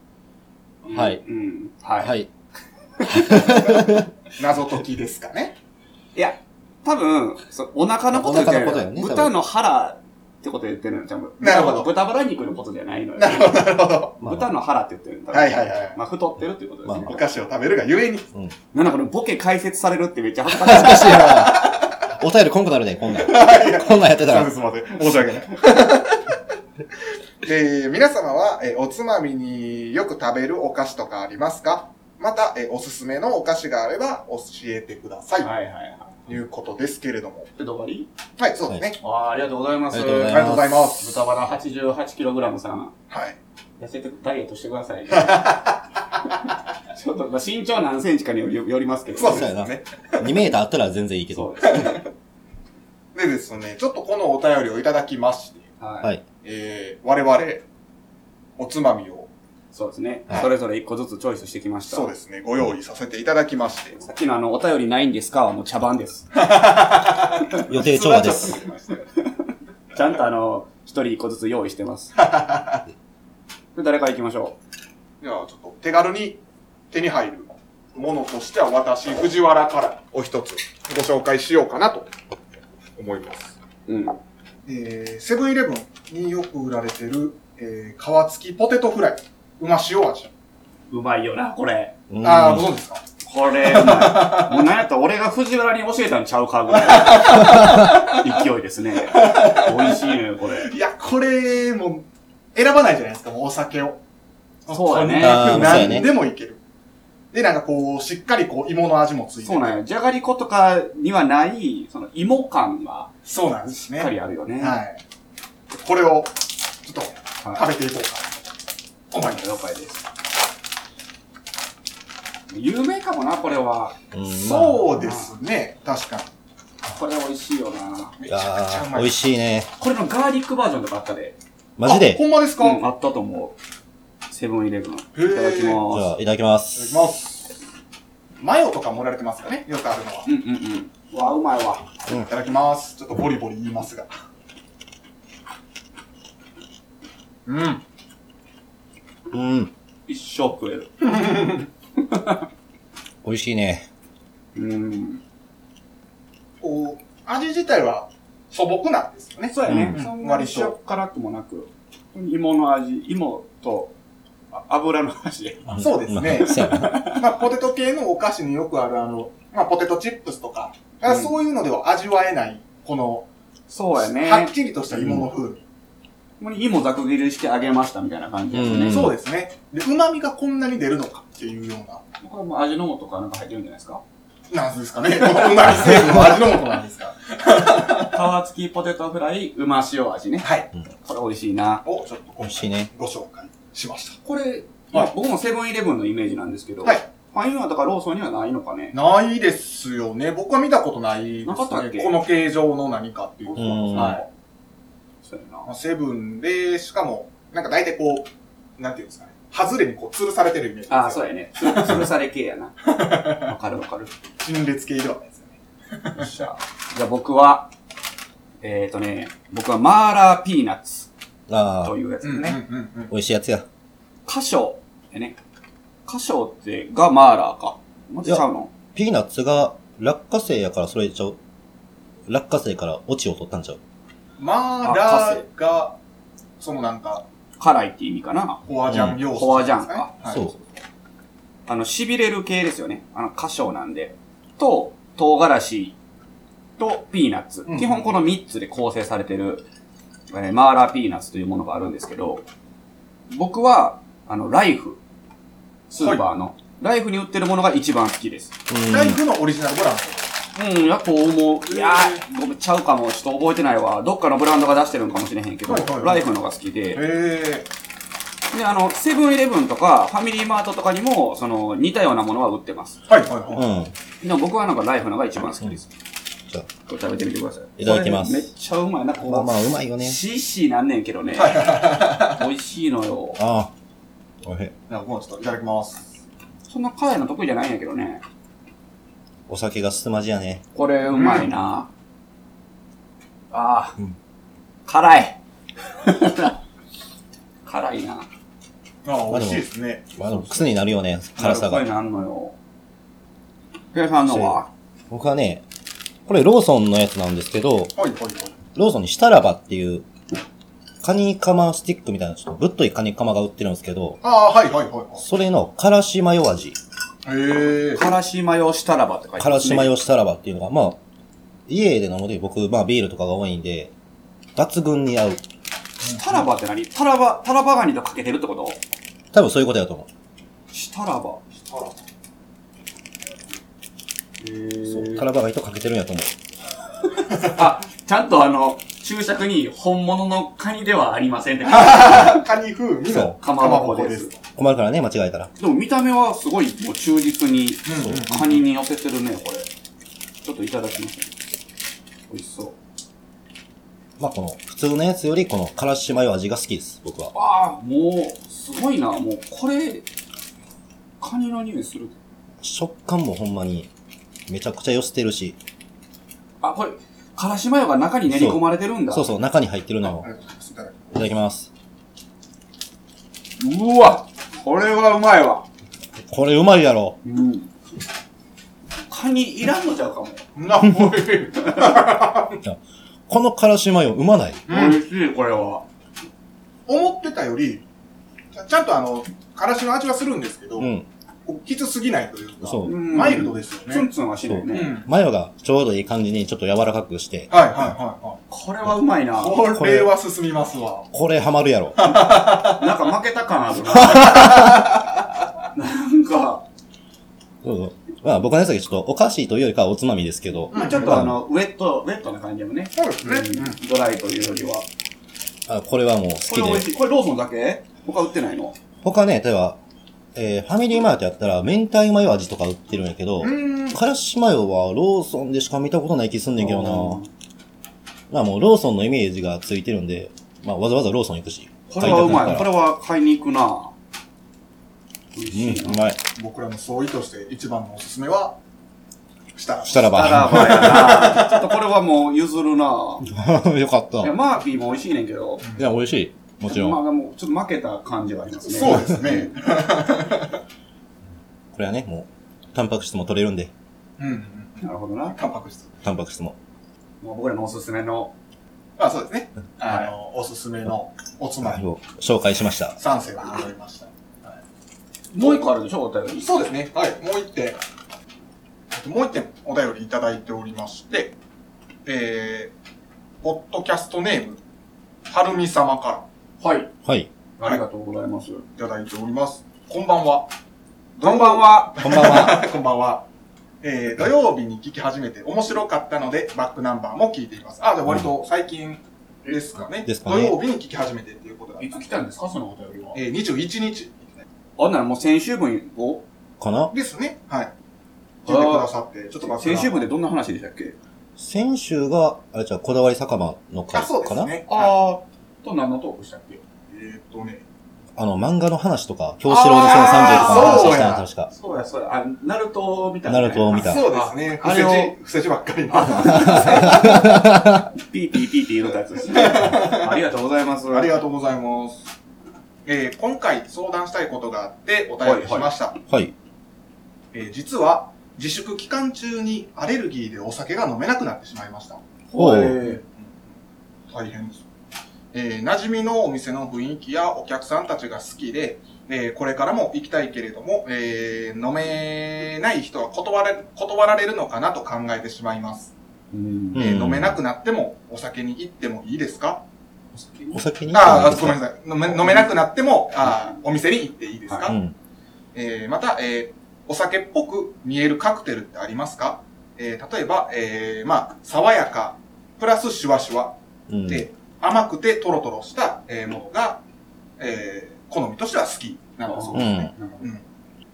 [SPEAKER 3] はい
[SPEAKER 1] うん。はい。、
[SPEAKER 3] はいい。
[SPEAKER 2] 謎解きですかね。
[SPEAKER 1] や、多分、そお腹のこと言ってる
[SPEAKER 3] お腹のことよね多分
[SPEAKER 1] 豚の腹ってこと言ってるの、ちゃんと
[SPEAKER 2] なるほど
[SPEAKER 1] 豚バラ肉のことじゃないのよ。
[SPEAKER 2] なるほど、 なるほど。
[SPEAKER 3] まあ
[SPEAKER 1] 豚の腹って言ってるの。多分
[SPEAKER 2] はいはいはい
[SPEAKER 1] まあ、太ってるっていうことですね。
[SPEAKER 3] ま
[SPEAKER 2] お菓子を食べるがゆ えに。
[SPEAKER 1] なんだこれ、ボケ解説されるってめっちゃ恥ず かしい。
[SPEAKER 3] 難しいな。お便りこんくなるで、こんなん。こんなんやってたら。
[SPEAKER 2] すいません。申し訳ない。 で、皆様は、え、おつまみによく食べるお菓子とかありますかまた、え、おすすめのお菓子があれば教えてください。
[SPEAKER 1] はいはいはい。
[SPEAKER 2] ということですけれども。
[SPEAKER 1] で、どうり
[SPEAKER 2] はい、そうですね。
[SPEAKER 1] ああ、ありがとうございます。
[SPEAKER 3] ありがとうご
[SPEAKER 2] あ
[SPEAKER 3] は
[SPEAKER 2] り
[SPEAKER 3] い
[SPEAKER 2] がとうございます。
[SPEAKER 1] 豚バラ 88kg さん、
[SPEAKER 2] はい。
[SPEAKER 1] 痩せて、ダイエットしてくだ さいね。ちょっと、まあ、身長何センチかによりよりますけど、
[SPEAKER 2] そうで
[SPEAKER 3] や
[SPEAKER 2] す
[SPEAKER 3] な
[SPEAKER 2] ね。
[SPEAKER 3] 2メーターあったら全然いいけ
[SPEAKER 1] そう
[SPEAKER 3] ど。
[SPEAKER 1] ですね。
[SPEAKER 2] でですね、ちょっとこのお便りをいただきまして、
[SPEAKER 1] はい。
[SPEAKER 3] はい。
[SPEAKER 2] えー、我々、おつまみを、
[SPEAKER 1] そうですね。
[SPEAKER 3] はい
[SPEAKER 1] それぞれ一個ずつチョイスしてきました。
[SPEAKER 2] そうですね、ご用意させていただきまして。
[SPEAKER 1] さっきのあの、お便りないんですかはもう茶番 です。
[SPEAKER 3] 予定調和です。
[SPEAKER 1] ちゃんとあの、一人一個ずつ用意して ます。で誰から行きましょ
[SPEAKER 2] では、ちょっと手軽に手に入るものとしては、私、藤原からお一つご紹介しようかなと思います。
[SPEAKER 1] う。うん。は
[SPEAKER 2] えー、セブンイレブンによく売られてる、えー、皮付きポテトフライ、うま塩味。
[SPEAKER 1] うまいよな、これ。
[SPEAKER 3] うん
[SPEAKER 2] ああ、ご存知ですか
[SPEAKER 1] これ、う まいもうなんやったら俺が藤原に教えたんちゃうかぐら い。勢いですね。美味しいのよ、これ。
[SPEAKER 2] いや、これ、もう、選ばないじゃないですか、もうお酒を。
[SPEAKER 1] そうやね
[SPEAKER 3] あーそうや
[SPEAKER 2] 何
[SPEAKER 3] ね
[SPEAKER 2] でもいける。で、なんかこう、しっかりこう、芋の味もついてて
[SPEAKER 1] そうなんや。じゃがりことかにはない、その芋感が
[SPEAKER 2] そうなんです
[SPEAKER 1] し
[SPEAKER 2] ね。
[SPEAKER 1] っかりあるよね。
[SPEAKER 2] はい。これを、ちょっと、
[SPEAKER 1] はい。
[SPEAKER 2] 食べていこうかなと思います。
[SPEAKER 1] 了解です。有名かもな、これは。
[SPEAKER 3] うん、
[SPEAKER 2] そうですね。確かに。
[SPEAKER 1] これ美味しいよな。
[SPEAKER 2] めちゃ
[SPEAKER 3] ま
[SPEAKER 2] く
[SPEAKER 3] あ、
[SPEAKER 2] ちゃう
[SPEAKER 3] いや
[SPEAKER 2] ま
[SPEAKER 3] ー
[SPEAKER 2] い。
[SPEAKER 3] 美味しいね。
[SPEAKER 1] これのガーリックバージョンとかあったで。
[SPEAKER 3] マジで。
[SPEAKER 2] あ
[SPEAKER 3] じ
[SPEAKER 2] ほんまですか、
[SPEAKER 1] うん、
[SPEAKER 2] い
[SPEAKER 1] あったと思う。セブンイレブン。い
[SPEAKER 2] ー
[SPEAKER 1] ただきます。
[SPEAKER 3] ゃあ、いただきま
[SPEAKER 2] ただ
[SPEAKER 3] す。
[SPEAKER 2] きます。マヨとか盛られてますかねよくあるのは。
[SPEAKER 1] うんうんうん。わ、うまいわ。
[SPEAKER 2] いただきます。ちょっとボリボリ言いますが。うん。
[SPEAKER 3] うん。
[SPEAKER 1] 一生食える。
[SPEAKER 3] 美味しいね。
[SPEAKER 1] うん。
[SPEAKER 2] こう、味自体は素朴なんです よね。
[SPEAKER 1] そうやね。
[SPEAKER 2] うん
[SPEAKER 1] そんなに塩辛くもなく、芋の味、芋とあ油の味。
[SPEAKER 2] そうですね
[SPEAKER 3] まあそうやな
[SPEAKER 2] まあ、ポテト系のお菓子によくあるあの、まあ、ポテトチップスと
[SPEAKER 1] う
[SPEAKER 2] か、
[SPEAKER 1] ん
[SPEAKER 2] そういうのでは味わえない、この、
[SPEAKER 1] そうや
[SPEAKER 2] はっ
[SPEAKER 1] ね。
[SPEAKER 2] きりとした芋の風味。
[SPEAKER 1] ここに芋ざく切りしてあげましたみたいな感じですね。
[SPEAKER 3] うん
[SPEAKER 2] そうですね。で、旨味がこんなに出るのかっていうよう
[SPEAKER 1] これも味の素かなんか入ってるんじゃないですか
[SPEAKER 2] な、なんです かね。このうまい成分の味の素なんですか。
[SPEAKER 1] 皮付きポテトフライ、うま塩味ね。
[SPEAKER 2] はい。
[SPEAKER 1] これ美味しいな。
[SPEAKER 2] を、ちょっと
[SPEAKER 3] 美
[SPEAKER 2] 今
[SPEAKER 3] 味しい
[SPEAKER 2] 回
[SPEAKER 3] ね。
[SPEAKER 2] ご紹介しまし
[SPEAKER 1] これ、
[SPEAKER 2] はい
[SPEAKER 1] 僕もセブンイレブンのイメージなんですけど、
[SPEAKER 2] た。はい。
[SPEAKER 1] ファインはだからローソンにはないのかね。
[SPEAKER 2] ないですよね。僕は見たことないですね。
[SPEAKER 1] なかったっけ
[SPEAKER 2] この形状の何かっていうう。
[SPEAKER 3] ん
[SPEAKER 2] はい。
[SPEAKER 1] そうや
[SPEAKER 2] ま
[SPEAKER 1] な。
[SPEAKER 2] あセブンで、しかも、なんか大体こう、なんていうんですかね。ハズレにこう、吊るされてるイメージですよね
[SPEAKER 1] ああ、そうやね。つ潰され系やな。 わかるわかる。よ
[SPEAKER 2] 陳列系ではないですよね。
[SPEAKER 1] っしゃ。じゃあ僕は、えっ、ー、とね、僕はマーラーピーナッツ
[SPEAKER 3] ああ
[SPEAKER 1] と、いうやつですね。
[SPEAKER 2] うんうん。
[SPEAKER 3] 美味しいやつや。
[SPEAKER 1] 花椒やね。花椒って、がマーラーか。もうちょっとちゃうの
[SPEAKER 3] ピーナッツが落花生やからそれちゃう。落花生からオチを取ったんちゃう。
[SPEAKER 2] まあ、ラーが、そのなんか、
[SPEAKER 1] 辛いって意味かな。
[SPEAKER 2] フォアジャン要素、
[SPEAKER 1] うんフォアジャンか
[SPEAKER 2] はい
[SPEAKER 3] そう。
[SPEAKER 1] あの、痺れる系ですよね。あの、花椒なんで。と、唐辛子とピーナッツ。
[SPEAKER 2] うん
[SPEAKER 1] 基本この3つで構成されてる、えーマーラーピーナッツというものがあるんですけど、僕は、あの、ライフ。スーパーの。ライフに売ってるものが一番好きです。
[SPEAKER 2] ライ
[SPEAKER 3] う
[SPEAKER 2] フのオリジナルブラン
[SPEAKER 1] うん、やっぱ思う。いや
[SPEAKER 2] へ
[SPEAKER 1] ー、ごめん、ちゃうかも。ちょっと覚えてないわ。どっかのブランドが出してるんかもしれへんけど、
[SPEAKER 2] はいはいはい
[SPEAKER 1] ライフのが好きで。
[SPEAKER 2] ド。へ
[SPEAKER 1] で、あの、セブンイレブンとか、ファミリーマートとかにも、その、似たようなものは売ってます。
[SPEAKER 2] ー。はいはいはい。
[SPEAKER 3] ん。うん。
[SPEAKER 1] でも僕はなんかライフのが一番好きです。
[SPEAKER 3] じゃあ
[SPEAKER 1] これ食べてみてください。
[SPEAKER 3] いただきます
[SPEAKER 1] これねめっちゃうまいな、こう。
[SPEAKER 3] まあまあ、うまいよね。
[SPEAKER 1] シーシーなんねんけ どね。美味しいのよ。
[SPEAKER 3] ああ。おいしい。
[SPEAKER 2] じゃあ、もうちょっといただきます。
[SPEAKER 1] そんな辛いの得意じゃないんやけどね。
[SPEAKER 3] お酒がすまじやね。
[SPEAKER 1] これうまいな。ああ、
[SPEAKER 3] うん
[SPEAKER 1] 辛い。 辛いな。
[SPEAKER 2] ああ、美味しいですね。
[SPEAKER 3] まあでも癖になるよね、辛さ
[SPEAKER 1] これ
[SPEAKER 3] が。
[SPEAKER 1] なんのよ。ペイさんのは、
[SPEAKER 3] 僕はね、これローソンのやつなんですけど、
[SPEAKER 2] はいはいはい。
[SPEAKER 3] ローソンにしたらばっていう、カニカマスティックみたいな、ちょっとぶっといカニカマが売ってるんですけど、
[SPEAKER 2] ああ、はいはいは
[SPEAKER 3] それのからしマヨ味、
[SPEAKER 2] い。へえ。
[SPEAKER 1] からしマヨしたらばって書いて
[SPEAKER 3] からしマ
[SPEAKER 1] ヨ。
[SPEAKER 3] ヨしたらばっていうのが、まあ、家で飲むとき僕、まあビールとかが多いんで、抜群に合う。
[SPEAKER 1] したらばって何たらば、たらばがにとかけてるってこと
[SPEAKER 3] 多分そういうことやと思う。
[SPEAKER 1] したらば。したらば。へ
[SPEAKER 3] そう。
[SPEAKER 1] ー
[SPEAKER 3] タラバガニとかけてるんやと思
[SPEAKER 1] あ、ちゃんとあの、注釈に本物のカニではありませんって書いて
[SPEAKER 2] カニ風味の
[SPEAKER 3] そ
[SPEAKER 1] かまぼこです。
[SPEAKER 3] う。困るからね、間違えたら。
[SPEAKER 1] でも見た目はすごいもう忠実に
[SPEAKER 2] うんうん
[SPEAKER 1] カニに寄せてるね、これ。ちょっといただきますね。美味しそう。
[SPEAKER 3] まあこの、普通のやつより、この、からしマヨ味が好きです、僕は。
[SPEAKER 1] ああ、もう、すごいな。もう、これ、カニの匂いする。
[SPEAKER 3] 食感もほんまに、めちゃくちゃ寄せてるし、
[SPEAKER 1] あ、これ、からしマヨが中に練り込まれてるんだ。
[SPEAKER 3] そうそう、中に入ってるのを
[SPEAKER 2] ありがとうございますいただき
[SPEAKER 3] いただきます。
[SPEAKER 1] うわこれはうまいわ。
[SPEAKER 3] これうまいやろ。
[SPEAKER 1] うん。カニいらんのちゃうかも。
[SPEAKER 2] ます。な、おいしい。
[SPEAKER 3] このからしマヨ、うまない。
[SPEAKER 2] うん
[SPEAKER 1] 美味しい、これは。
[SPEAKER 2] 思ってたより、ちゃちゃんとあの、からしの味はするんですけど、
[SPEAKER 3] うん。
[SPEAKER 2] こうきつすぎないというか、
[SPEAKER 3] そう。
[SPEAKER 1] ん
[SPEAKER 2] マイルドですよ
[SPEAKER 1] ツン
[SPEAKER 2] ね。
[SPEAKER 1] ツンはしない
[SPEAKER 2] うん。はい
[SPEAKER 1] ね。
[SPEAKER 3] マヨがちょうどいい感じにちょっと柔らかくして、
[SPEAKER 2] はいは
[SPEAKER 1] これはうまいな。
[SPEAKER 2] いはい。これは進みますわ。
[SPEAKER 3] これハマるやろ。
[SPEAKER 1] なんか負けた感あるな。なんか、
[SPEAKER 3] そうそう。まあ僕のやつだけちょっとお菓子というよりかはおつまみですけど、
[SPEAKER 2] うん
[SPEAKER 1] ちょっとあの、ウェット、ウェットな感じもね。
[SPEAKER 2] そうですね。
[SPEAKER 1] うんドライというよりは。
[SPEAKER 3] あこれはもう
[SPEAKER 1] こ
[SPEAKER 3] 好
[SPEAKER 1] れ
[SPEAKER 3] き
[SPEAKER 1] 美
[SPEAKER 3] で
[SPEAKER 1] 味。しい。これローソンだけ他売ってないの
[SPEAKER 3] 他ね、例えば、えーファミリーマートやったら、明太マヨ味とか売ってるんやけど、
[SPEAKER 2] うん。
[SPEAKER 3] からしマヨはローソンでしか見たことない気すんねんけどな。まあもうローソンのイメージがついてるんで、まあわざわざローソン行くし。
[SPEAKER 1] これはうま
[SPEAKER 3] 買
[SPEAKER 1] い。
[SPEAKER 3] い
[SPEAKER 1] こ
[SPEAKER 3] たく
[SPEAKER 1] れ
[SPEAKER 3] な
[SPEAKER 1] は買いに行くな美味しい
[SPEAKER 3] る
[SPEAKER 1] な。
[SPEAKER 3] からうん、うまい。
[SPEAKER 2] 僕らの総意として一番のおすすめは、したら。
[SPEAKER 3] したら
[SPEAKER 1] タラ
[SPEAKER 3] ば。
[SPEAKER 1] バやな。ちょっとこれはもう譲るな。
[SPEAKER 3] よかっ
[SPEAKER 1] いや、
[SPEAKER 3] た。
[SPEAKER 1] マーキーも美味しいねんけど、
[SPEAKER 3] いや、美味しい。もちろ
[SPEAKER 1] ま
[SPEAKER 3] ん。
[SPEAKER 1] あでもちょっと負けた感じはありますね。
[SPEAKER 2] そうですね。
[SPEAKER 3] これはね、もう、タンパク質も取れるんで、
[SPEAKER 2] うんうん。
[SPEAKER 1] なるほどな。
[SPEAKER 2] タンパク質。
[SPEAKER 3] タンパク質も。
[SPEAKER 1] もう僕らのおすすめの。
[SPEAKER 2] まあそうですね。あの、おすすめのおつまみ、
[SPEAKER 3] を紹介しました。
[SPEAKER 2] 3世がございました。
[SPEAKER 1] もう一個あるでしょ、お便り。
[SPEAKER 2] そうですね。はい。もう一点。もう一点お便りいただいておりまして、えー、ポッドキャストネーム、はるみ様から。
[SPEAKER 1] はい。
[SPEAKER 3] はい。
[SPEAKER 1] ありがとうございます。こ
[SPEAKER 2] いただいております。こんばんは。
[SPEAKER 1] んばんは。
[SPEAKER 3] こんばんは。
[SPEAKER 2] こんばんは。えー、土曜日に聞き始めて面白かったので、バックナンバーも聞いています。あ、じゃあ割と最近ですかね。
[SPEAKER 3] ですかね
[SPEAKER 2] 土曜日に聞き始めてっていうことだ。
[SPEAKER 1] い
[SPEAKER 2] え
[SPEAKER 1] つ来たんですか、そのお便りは。
[SPEAKER 2] ー、21日
[SPEAKER 1] あんならもう先週分を
[SPEAKER 3] かな
[SPEAKER 2] ですね。はい。聞いてくださって、ちょっとバックナ
[SPEAKER 1] 先
[SPEAKER 2] ンバー
[SPEAKER 1] 週分でどんな話でしたっけ
[SPEAKER 3] 先週が、あれじゃあこだわり酒場の
[SPEAKER 2] あ、
[SPEAKER 3] 回
[SPEAKER 2] そうで
[SPEAKER 3] か
[SPEAKER 2] す
[SPEAKER 3] な
[SPEAKER 2] ね。はい
[SPEAKER 1] ああ。と何のトークしたっけ
[SPEAKER 2] えーっとね。
[SPEAKER 3] あの、漫画の話とか、京四郎の1030とかの話
[SPEAKER 2] あーそう
[SPEAKER 3] した
[SPEAKER 2] や
[SPEAKER 3] の確か。
[SPEAKER 1] そうや、そうや。あ、ナルトみたいな、
[SPEAKER 3] ナルトを見た。
[SPEAKER 2] そうですね。
[SPEAKER 1] あ
[SPEAKER 2] 伏
[SPEAKER 1] れ
[SPEAKER 2] せ
[SPEAKER 1] を
[SPEAKER 2] 字、伏せ字ばっかりの。あ
[SPEAKER 1] ピーピーピーピー言うたやつ ですね。ありがとうございます。
[SPEAKER 2] りがとうございます。えー、今回相談したいことがあってお便りしました。
[SPEAKER 3] はい。
[SPEAKER 2] えー実は自粛期間中にアレルギーでお酒が飲めなくなってしまいました。
[SPEAKER 3] おう
[SPEAKER 1] え
[SPEAKER 2] 大変です。えー、馴染みのお店の雰囲気やお客さんたちが好きで、えーこれからも行きたいけれども、えー飲めない人は断れ断られるのかなと考えてしまいます。
[SPEAKER 1] ー
[SPEAKER 3] うん
[SPEAKER 2] えー飲めなくなってもお酒に行ってもいいですか
[SPEAKER 1] お酒も
[SPEAKER 3] お酒に
[SPEAKER 2] ああ、ごめんなさい。飲め飲めなくなってもあーお店に行っていいですか、
[SPEAKER 1] は
[SPEAKER 3] うん。
[SPEAKER 2] えーまた、えーお酒っぽく見えるカクテルってありますか、えー例えば、えーまあ、爽やか、プラスシュワシュワ
[SPEAKER 3] うん。
[SPEAKER 2] で、甘くてトロトロした、えーものが、えー好みとしては好きなんだそう
[SPEAKER 3] う
[SPEAKER 2] です。
[SPEAKER 3] ん。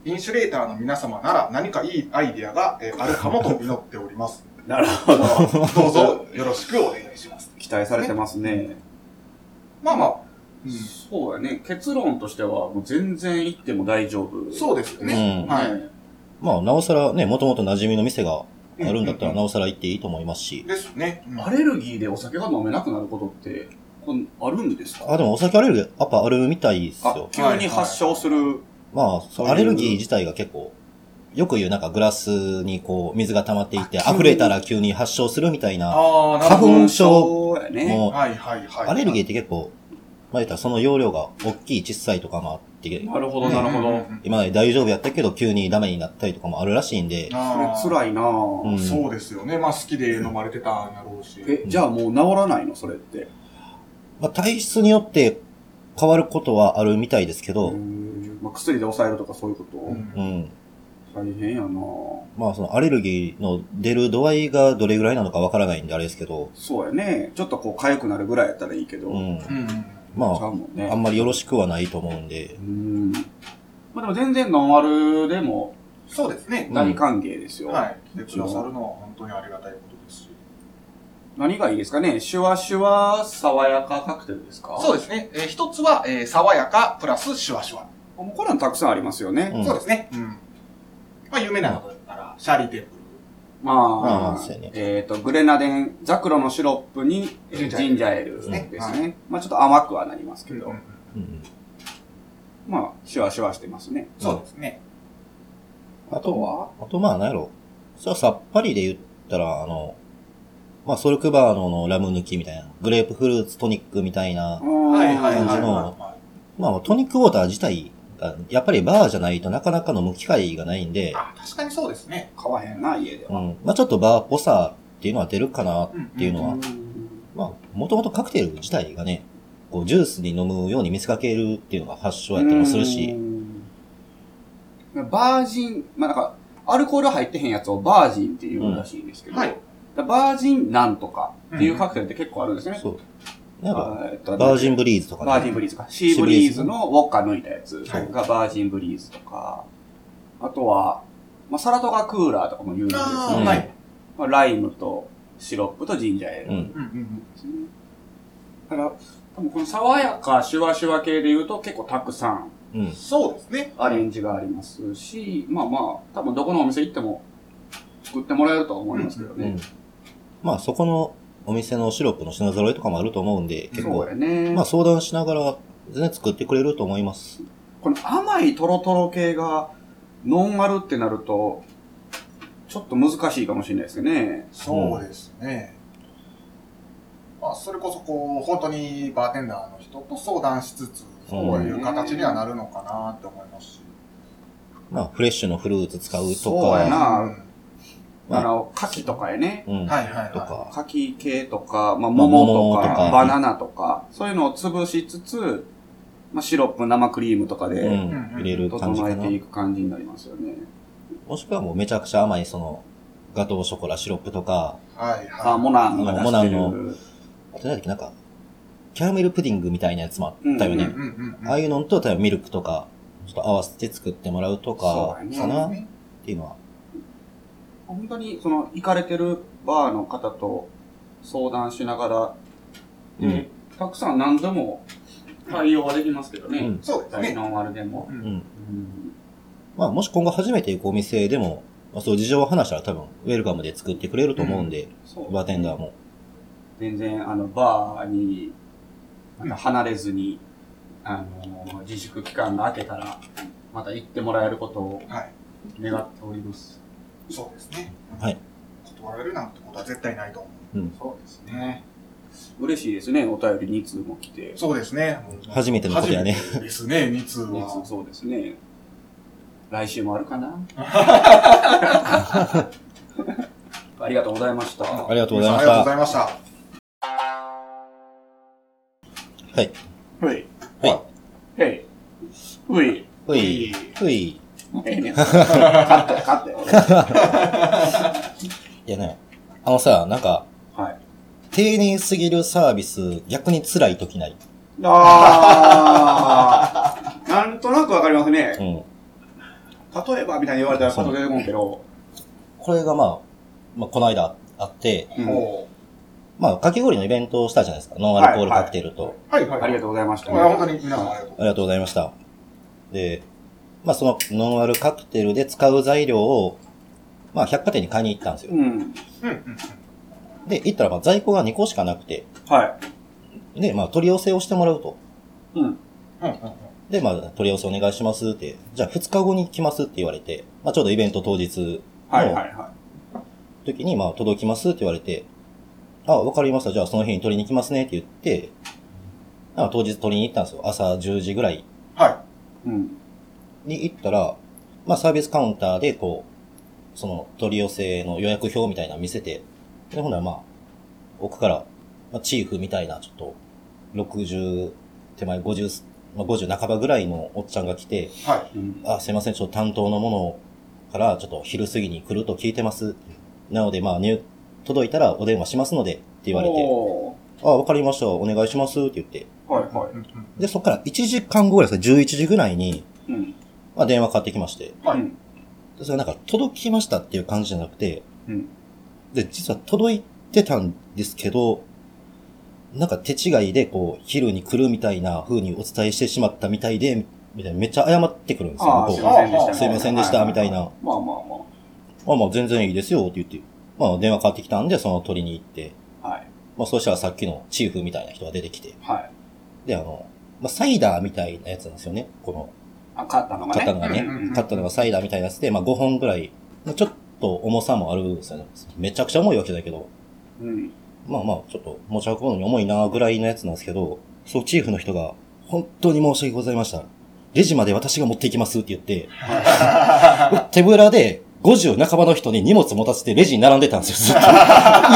[SPEAKER 2] インシュレーターの皆様なら何かいいアイディアが、えーあるかもと祈っており ます。
[SPEAKER 1] なるほど。
[SPEAKER 2] どうぞよろしくお願いします。
[SPEAKER 1] 期待されてますね。
[SPEAKER 2] まあまあ、う
[SPEAKER 1] そうやね。結論としては、もう全然行っても大丈夫。
[SPEAKER 2] ん、そうですよね。
[SPEAKER 3] うん
[SPEAKER 1] ね
[SPEAKER 2] はい。
[SPEAKER 3] まあ、なおさらね、もともと馴染みの店があるんだったら、
[SPEAKER 2] うう
[SPEAKER 3] なおさら行っていいと思いますし。
[SPEAKER 2] ですね。うん
[SPEAKER 1] アレルギーでお酒が飲めなくなることって、こんあるんですか
[SPEAKER 3] あ、でもお酒アレルギー、やっぱあるみたいっす
[SPEAKER 1] あ
[SPEAKER 3] よ、。
[SPEAKER 1] 急に発症する。
[SPEAKER 3] まあ、
[SPEAKER 1] そういう
[SPEAKER 3] アレルギー自体が結構、よく言うなんかグラスにこう、水が溜まっていて、溢れたら急に発症するみたいな、
[SPEAKER 2] ああ、なる
[SPEAKER 3] 花
[SPEAKER 2] ほ
[SPEAKER 3] 粉症
[SPEAKER 1] そうやね。
[SPEAKER 3] も
[SPEAKER 2] はいはいはい。
[SPEAKER 3] アレルギーって結構、まあ言ったらその容量が大きい小さいとかもあって、
[SPEAKER 1] なるほ
[SPEAKER 2] う
[SPEAKER 1] ど、
[SPEAKER 2] ん
[SPEAKER 1] なるほ
[SPEAKER 2] うん
[SPEAKER 1] ど。
[SPEAKER 2] うん
[SPEAKER 3] 今まで大丈夫やったけど急にダメになったりとかもあるらしいんで、
[SPEAKER 2] あー
[SPEAKER 1] それ辛いな
[SPEAKER 3] う
[SPEAKER 1] ぁ。
[SPEAKER 3] ん、
[SPEAKER 2] そうですよね。まあ好きで飲まれてたんやろうし。
[SPEAKER 1] え、じゃあもう治らないのそれって。
[SPEAKER 3] まあ、体質によって変わることはあるみたいですけど、
[SPEAKER 1] うー
[SPEAKER 3] うん、
[SPEAKER 1] んまあ、薬で抑えるとかそういうこと、
[SPEAKER 2] うん
[SPEAKER 1] 大変やなぁ
[SPEAKER 3] まあそのアレルギーの出る度合いがどれぐらいなのかわからないんであれですけど、
[SPEAKER 1] そうやね。ちょっとこう、痒くなるぐらいやったらいいけど。
[SPEAKER 3] う
[SPEAKER 1] ち
[SPEAKER 3] ん、
[SPEAKER 2] うん
[SPEAKER 1] ゃ
[SPEAKER 3] ま
[SPEAKER 1] うもん
[SPEAKER 3] あ、
[SPEAKER 1] ね。
[SPEAKER 3] あんまりよろしくはないと思うんで
[SPEAKER 1] う、ん。まあでも全然ノンアルでも
[SPEAKER 2] そうですね。
[SPEAKER 1] 大歓迎ですよ。
[SPEAKER 2] はい。来てくださるのは本当にありがたいことですし。
[SPEAKER 1] 何がいいですかねシュワシュワ爽やかカクテルですか
[SPEAKER 2] そう
[SPEAKER 1] う
[SPEAKER 2] ですね。えー一つは、えー爽やかプラスシュワシュワ。
[SPEAKER 1] もうこれはたくさんありますよね。
[SPEAKER 3] うん
[SPEAKER 2] そうですね。うん。まあ有名なのだったら、シャーリーテンプ
[SPEAKER 1] ま
[SPEAKER 3] まあ
[SPEAKER 1] あ、
[SPEAKER 3] そうやね
[SPEAKER 1] えっ、と、グレナデン、ザクロのシロップにえ
[SPEAKER 2] ジ
[SPEAKER 1] ー
[SPEAKER 2] ンジャーエール
[SPEAKER 1] ジンジャーエールですね。
[SPEAKER 2] ですね
[SPEAKER 1] まあちょっと甘くはなりますけ
[SPEAKER 2] ル。
[SPEAKER 1] ど、
[SPEAKER 2] うん
[SPEAKER 3] うん、
[SPEAKER 1] まあシュワシュワしてますね。
[SPEAKER 2] そうですね。
[SPEAKER 3] あとはあとまあ何やろ、それはさっぱりで言ったら、あの、まあソルクバーノのラム抜きみたいな、グレープフルーツトニックみたいな、
[SPEAKER 2] はいはいはい
[SPEAKER 3] 感
[SPEAKER 2] は
[SPEAKER 3] じ
[SPEAKER 2] い
[SPEAKER 3] の
[SPEAKER 2] は
[SPEAKER 3] まあ、トニックウォーター自体が、やっぱりバーじゃないとなかなか飲む機会がないん
[SPEAKER 2] い。
[SPEAKER 3] で、
[SPEAKER 2] あ、確かにそうですね。
[SPEAKER 1] 買わへんな、家で
[SPEAKER 3] う
[SPEAKER 1] は。
[SPEAKER 3] ん。まあ、ちょっとバーっぽさっていうのは出るかな
[SPEAKER 2] っ
[SPEAKER 3] っていうのは、まあ、もともとカクテル自体がね、こう、ジュースに飲むように見せかけるっていうのが発祥やったりもするし、
[SPEAKER 1] うん。バージン、まあなんか、アルコール入ってへんやつをバージンっていうらしいんですけど、
[SPEAKER 2] はい。
[SPEAKER 1] だからバージンなんとかっていうカクテルって結構あるんですね。
[SPEAKER 3] そう。なんか、
[SPEAKER 1] あーえっと
[SPEAKER 3] バージンブリーズとかね。
[SPEAKER 1] バージンブリーズか。シーブリーズのウォッカ抜いたやつ
[SPEAKER 3] はい
[SPEAKER 1] がバージンブリーズとか、あとは、まあ、サラトガクーラーとかも有名ですね
[SPEAKER 2] あ
[SPEAKER 3] ーうん。
[SPEAKER 2] はい
[SPEAKER 1] まあ、ライムとシロップとジンジャーエール
[SPEAKER 3] うん。
[SPEAKER 2] うんうん
[SPEAKER 1] ですね。だから、多分この爽やかシュワシュワ系で言うと結構たくさん
[SPEAKER 3] うん
[SPEAKER 2] うん。。そうですね。
[SPEAKER 1] アレンジがありますし、まあまあ、多分どこのお店行っても作ってもらえるとは思いますけど
[SPEAKER 3] う
[SPEAKER 1] ね
[SPEAKER 3] ん。まあ、そこのお店のシロップの品揃えとかもあると思うんで、結
[SPEAKER 1] そう
[SPEAKER 3] 構
[SPEAKER 1] だ、よね。
[SPEAKER 3] まあ相談しながら全然作ってくれると思います。
[SPEAKER 1] この甘いトロトロ系がノンアルってなると、ちょっと難しいかもしれないですよね。
[SPEAKER 2] そうですね。まあ、それこそこう、本当にバーテンダーの人と相談しつつ、そういう形にはなるのかなって思いますし。
[SPEAKER 3] まあフレッシュのフルーツ使うと
[SPEAKER 1] そうや
[SPEAKER 3] か、
[SPEAKER 1] な
[SPEAKER 2] うん
[SPEAKER 3] うん
[SPEAKER 1] あの、牡蠣とかやね。
[SPEAKER 3] うん。
[SPEAKER 2] はいはいはい。
[SPEAKER 3] とか、
[SPEAKER 1] 牡蠣系とか、まあ、桃とか、
[SPEAKER 3] 桃とか
[SPEAKER 1] バナナとか、そういうのを潰しつつ、まあ、シロップ、生クリームとか
[SPEAKER 3] う
[SPEAKER 1] で
[SPEAKER 3] ん。入れる感じ
[SPEAKER 1] 整
[SPEAKER 3] か
[SPEAKER 1] え
[SPEAKER 3] な
[SPEAKER 1] て。いく感じになりますよね。
[SPEAKER 3] もしくはもうめちゃくちゃ甘いその、ガトーショコラシロップとか、
[SPEAKER 2] はい
[SPEAKER 1] あ、
[SPEAKER 2] は
[SPEAKER 1] モナンが出
[SPEAKER 3] モナ
[SPEAKER 1] して
[SPEAKER 3] ンの
[SPEAKER 1] る。
[SPEAKER 3] あと何だっけなんか、キャラメルプディングみたいなやつもあったよ
[SPEAKER 2] い。
[SPEAKER 3] ね。
[SPEAKER 1] うん
[SPEAKER 2] うんうんうん
[SPEAKER 3] ああいうのと、例えばミルクとか、ちょっと合わせて作ってもらうとか
[SPEAKER 1] そう、だね
[SPEAKER 3] かなっ
[SPEAKER 2] ね
[SPEAKER 3] ていうのは。
[SPEAKER 1] 本当に、その、行かれてるバーの方と相談しながら、
[SPEAKER 3] うん
[SPEAKER 1] でたくさん何でも対応はできますけどね。
[SPEAKER 3] うん
[SPEAKER 2] そうです
[SPEAKER 1] 大
[SPEAKER 2] ね。
[SPEAKER 1] ノンアルでも。
[SPEAKER 2] う
[SPEAKER 3] うんん。まあ、もし今後初めて行くお店でも、まあ、そう事情を話したら多分、ウェルカムで作ってくれると思うんで、
[SPEAKER 1] そう
[SPEAKER 3] バーテンダーも。
[SPEAKER 1] 全然、あの、バーに、なんか離れずに、あの、自粛期間が明けたら、また行ってもらえることを
[SPEAKER 2] はい。
[SPEAKER 1] 願っております。
[SPEAKER 2] そうですね。
[SPEAKER 3] はい。
[SPEAKER 2] 断られるなんてことは絶対ないと思
[SPEAKER 1] そうです
[SPEAKER 2] う。。ね。
[SPEAKER 1] 嬉しいですね、お便り2通も来て。
[SPEAKER 2] そうですね。
[SPEAKER 3] 初めてのことやね。
[SPEAKER 2] 初めてですね、2通
[SPEAKER 1] 二通
[SPEAKER 2] は。
[SPEAKER 1] そうですね。来週もあるかなありがとうございました。
[SPEAKER 3] ありがとうございま
[SPEAKER 2] あ
[SPEAKER 3] し
[SPEAKER 2] りがとう
[SPEAKER 3] た
[SPEAKER 2] ご。ざいました。
[SPEAKER 3] はい。
[SPEAKER 1] はい。
[SPEAKER 3] はい。
[SPEAKER 1] はい。うい。
[SPEAKER 3] ほい。ほい。い
[SPEAKER 1] ええねん。勝った、勝ったよ。俺
[SPEAKER 3] やね、あのさ、なんか、
[SPEAKER 1] はい。
[SPEAKER 3] 丁寧すぎるサービス、逆に辛い時ない。
[SPEAKER 1] ああ、 なんとなくわかりますね。
[SPEAKER 3] うん。
[SPEAKER 1] 例えばみたいに言われたらパッと出てこんけど、
[SPEAKER 3] これがまあ、まあ、この間あって、
[SPEAKER 1] うん
[SPEAKER 2] お
[SPEAKER 3] まあ、かき氷のイベントをしたじゃないですか。ノンアルコールカクテルと。
[SPEAKER 2] ーはいはい。
[SPEAKER 1] ありが
[SPEAKER 2] と
[SPEAKER 1] とうございました。
[SPEAKER 2] 本当に皆さんありがとう。
[SPEAKER 3] ありがとうございました。で、まあそのノンアルカクテルで使う材料を、まあ百貨店に買いに行ったんですよ。
[SPEAKER 1] うん。
[SPEAKER 2] うんうん。
[SPEAKER 3] で、行ったらまあ在庫が2個しかなくて、
[SPEAKER 1] は
[SPEAKER 3] で、まあ取り寄せをしてもらうと。
[SPEAKER 1] い。うん。
[SPEAKER 2] うんうんうん
[SPEAKER 3] で、まあ取り寄せお願いしますって、じゃあ2日後に来ますって言われて、まあちょうどイベント当日
[SPEAKER 1] はいはい
[SPEAKER 3] の
[SPEAKER 1] は。
[SPEAKER 3] 時に、まあ届きますって言われて、あ、わかりました。じゃあその日に取りに来ますねって言って、まあ当日取りに行ったんですよ。朝10時ぐらい
[SPEAKER 2] はい
[SPEAKER 1] うん。
[SPEAKER 3] に行ったら、まあサービスカウンターでこう、その取り寄せの予約表みたいなの見せて、で、ほんならまあ、奥から、まあ、チーフみたいな、ちょっと、60手前50、まあ、50半ばぐらいのおっちゃんが来て、
[SPEAKER 2] い。はい。
[SPEAKER 1] うん。
[SPEAKER 3] あ、すいません、ちょっと担当のものから、ちょっと昼過ぎに来ると聞いてます。なので、まあ、入、届いたらお電話しますので、って言われて、
[SPEAKER 1] お
[SPEAKER 3] あ、わかりました、お願いします、って言って。
[SPEAKER 1] ーはいは
[SPEAKER 2] うんうん
[SPEAKER 3] で、そっから1時間後ぐらいですか、11時ぐらいに、
[SPEAKER 1] い。うん。
[SPEAKER 3] まあ、電話かかってきまして、
[SPEAKER 2] はい
[SPEAKER 1] うん。
[SPEAKER 3] でそれはなんか届きましたっていう感じじゃなくて、
[SPEAKER 1] うん
[SPEAKER 3] で、実は届いてたんですけど、なんか手違いでこう、昼に来るみたいな風にお伝えしてしまったみたいで、みたいな、めっちゃ謝ってくるんですよ、
[SPEAKER 1] ああ、
[SPEAKER 3] 向
[SPEAKER 1] すい
[SPEAKER 3] こ
[SPEAKER 1] ませんでした。
[SPEAKER 3] うすいませんでした、みたい
[SPEAKER 1] な。
[SPEAKER 3] な。
[SPEAKER 1] まあまあま
[SPEAKER 3] まあまあ全然いいですよ、って言って。まあ電話かかってきたんで、その取りに行って。
[SPEAKER 1] あ。はい。
[SPEAKER 3] まあそうしたらさっきのチーフみたいな人が出てきて。
[SPEAKER 1] はい。
[SPEAKER 3] で、あの、まあサイダーみたいなやつなんですよね。この
[SPEAKER 1] あ、勝ったのがね。
[SPEAKER 3] 買ったのがね
[SPEAKER 1] うんうんう、ん
[SPEAKER 3] 買ったのがサイダーみたいなやつで、まあ5本ぐらい、まあちょっと重さもあるんですよね。めちゃくちゃ重いわけだけど、
[SPEAKER 1] うん。
[SPEAKER 3] まあまあ、ちょっと持ち運ぶのに重いなぐらいのやつなんですけど、そう、チーフの人が、本当に申し訳ございました。レジまで私が持っていきますって言って、手ぶらで50半ばの人に荷物持たせてレジに並んでたんですよ、ずっと。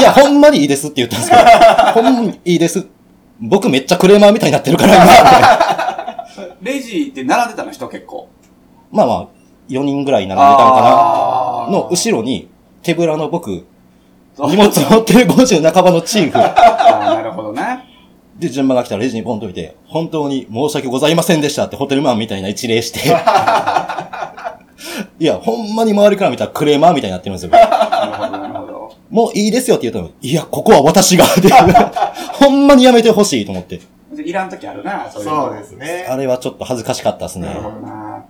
[SPEAKER 3] いや、ほんまにいいですって言ったんですけど、ほんまにいいです。僕めっちゃクレーマーみたいになってるから、今
[SPEAKER 1] レジで並んでたの人結構。
[SPEAKER 3] まあまあ、4人ぐらい並んでたのかな。
[SPEAKER 1] あー
[SPEAKER 3] の後ろに、手ぶらの僕、
[SPEAKER 1] そう
[SPEAKER 3] 荷物持ってる50半ばのチーフ
[SPEAKER 1] あーなるほどね。
[SPEAKER 3] で、順番が来たらレジにポンと見て、本当に申し訳ございませんでしたってホテルマンみたいな一礼して、 いや、ほんまに周りから見たらクレーマーみたいになってるんですよ。
[SPEAKER 1] なるほど、なるほど。
[SPEAKER 3] もういいですよって言ったのに、いや、ここは私がっていう、 ほんまにやめてほしいと思って。
[SPEAKER 1] いらん時あるな、そういうの
[SPEAKER 2] そうです
[SPEAKER 3] あ
[SPEAKER 2] ね。
[SPEAKER 3] れはちょっと恥ずかしかったですね
[SPEAKER 1] な。るほ
[SPEAKER 2] う
[SPEAKER 1] どな。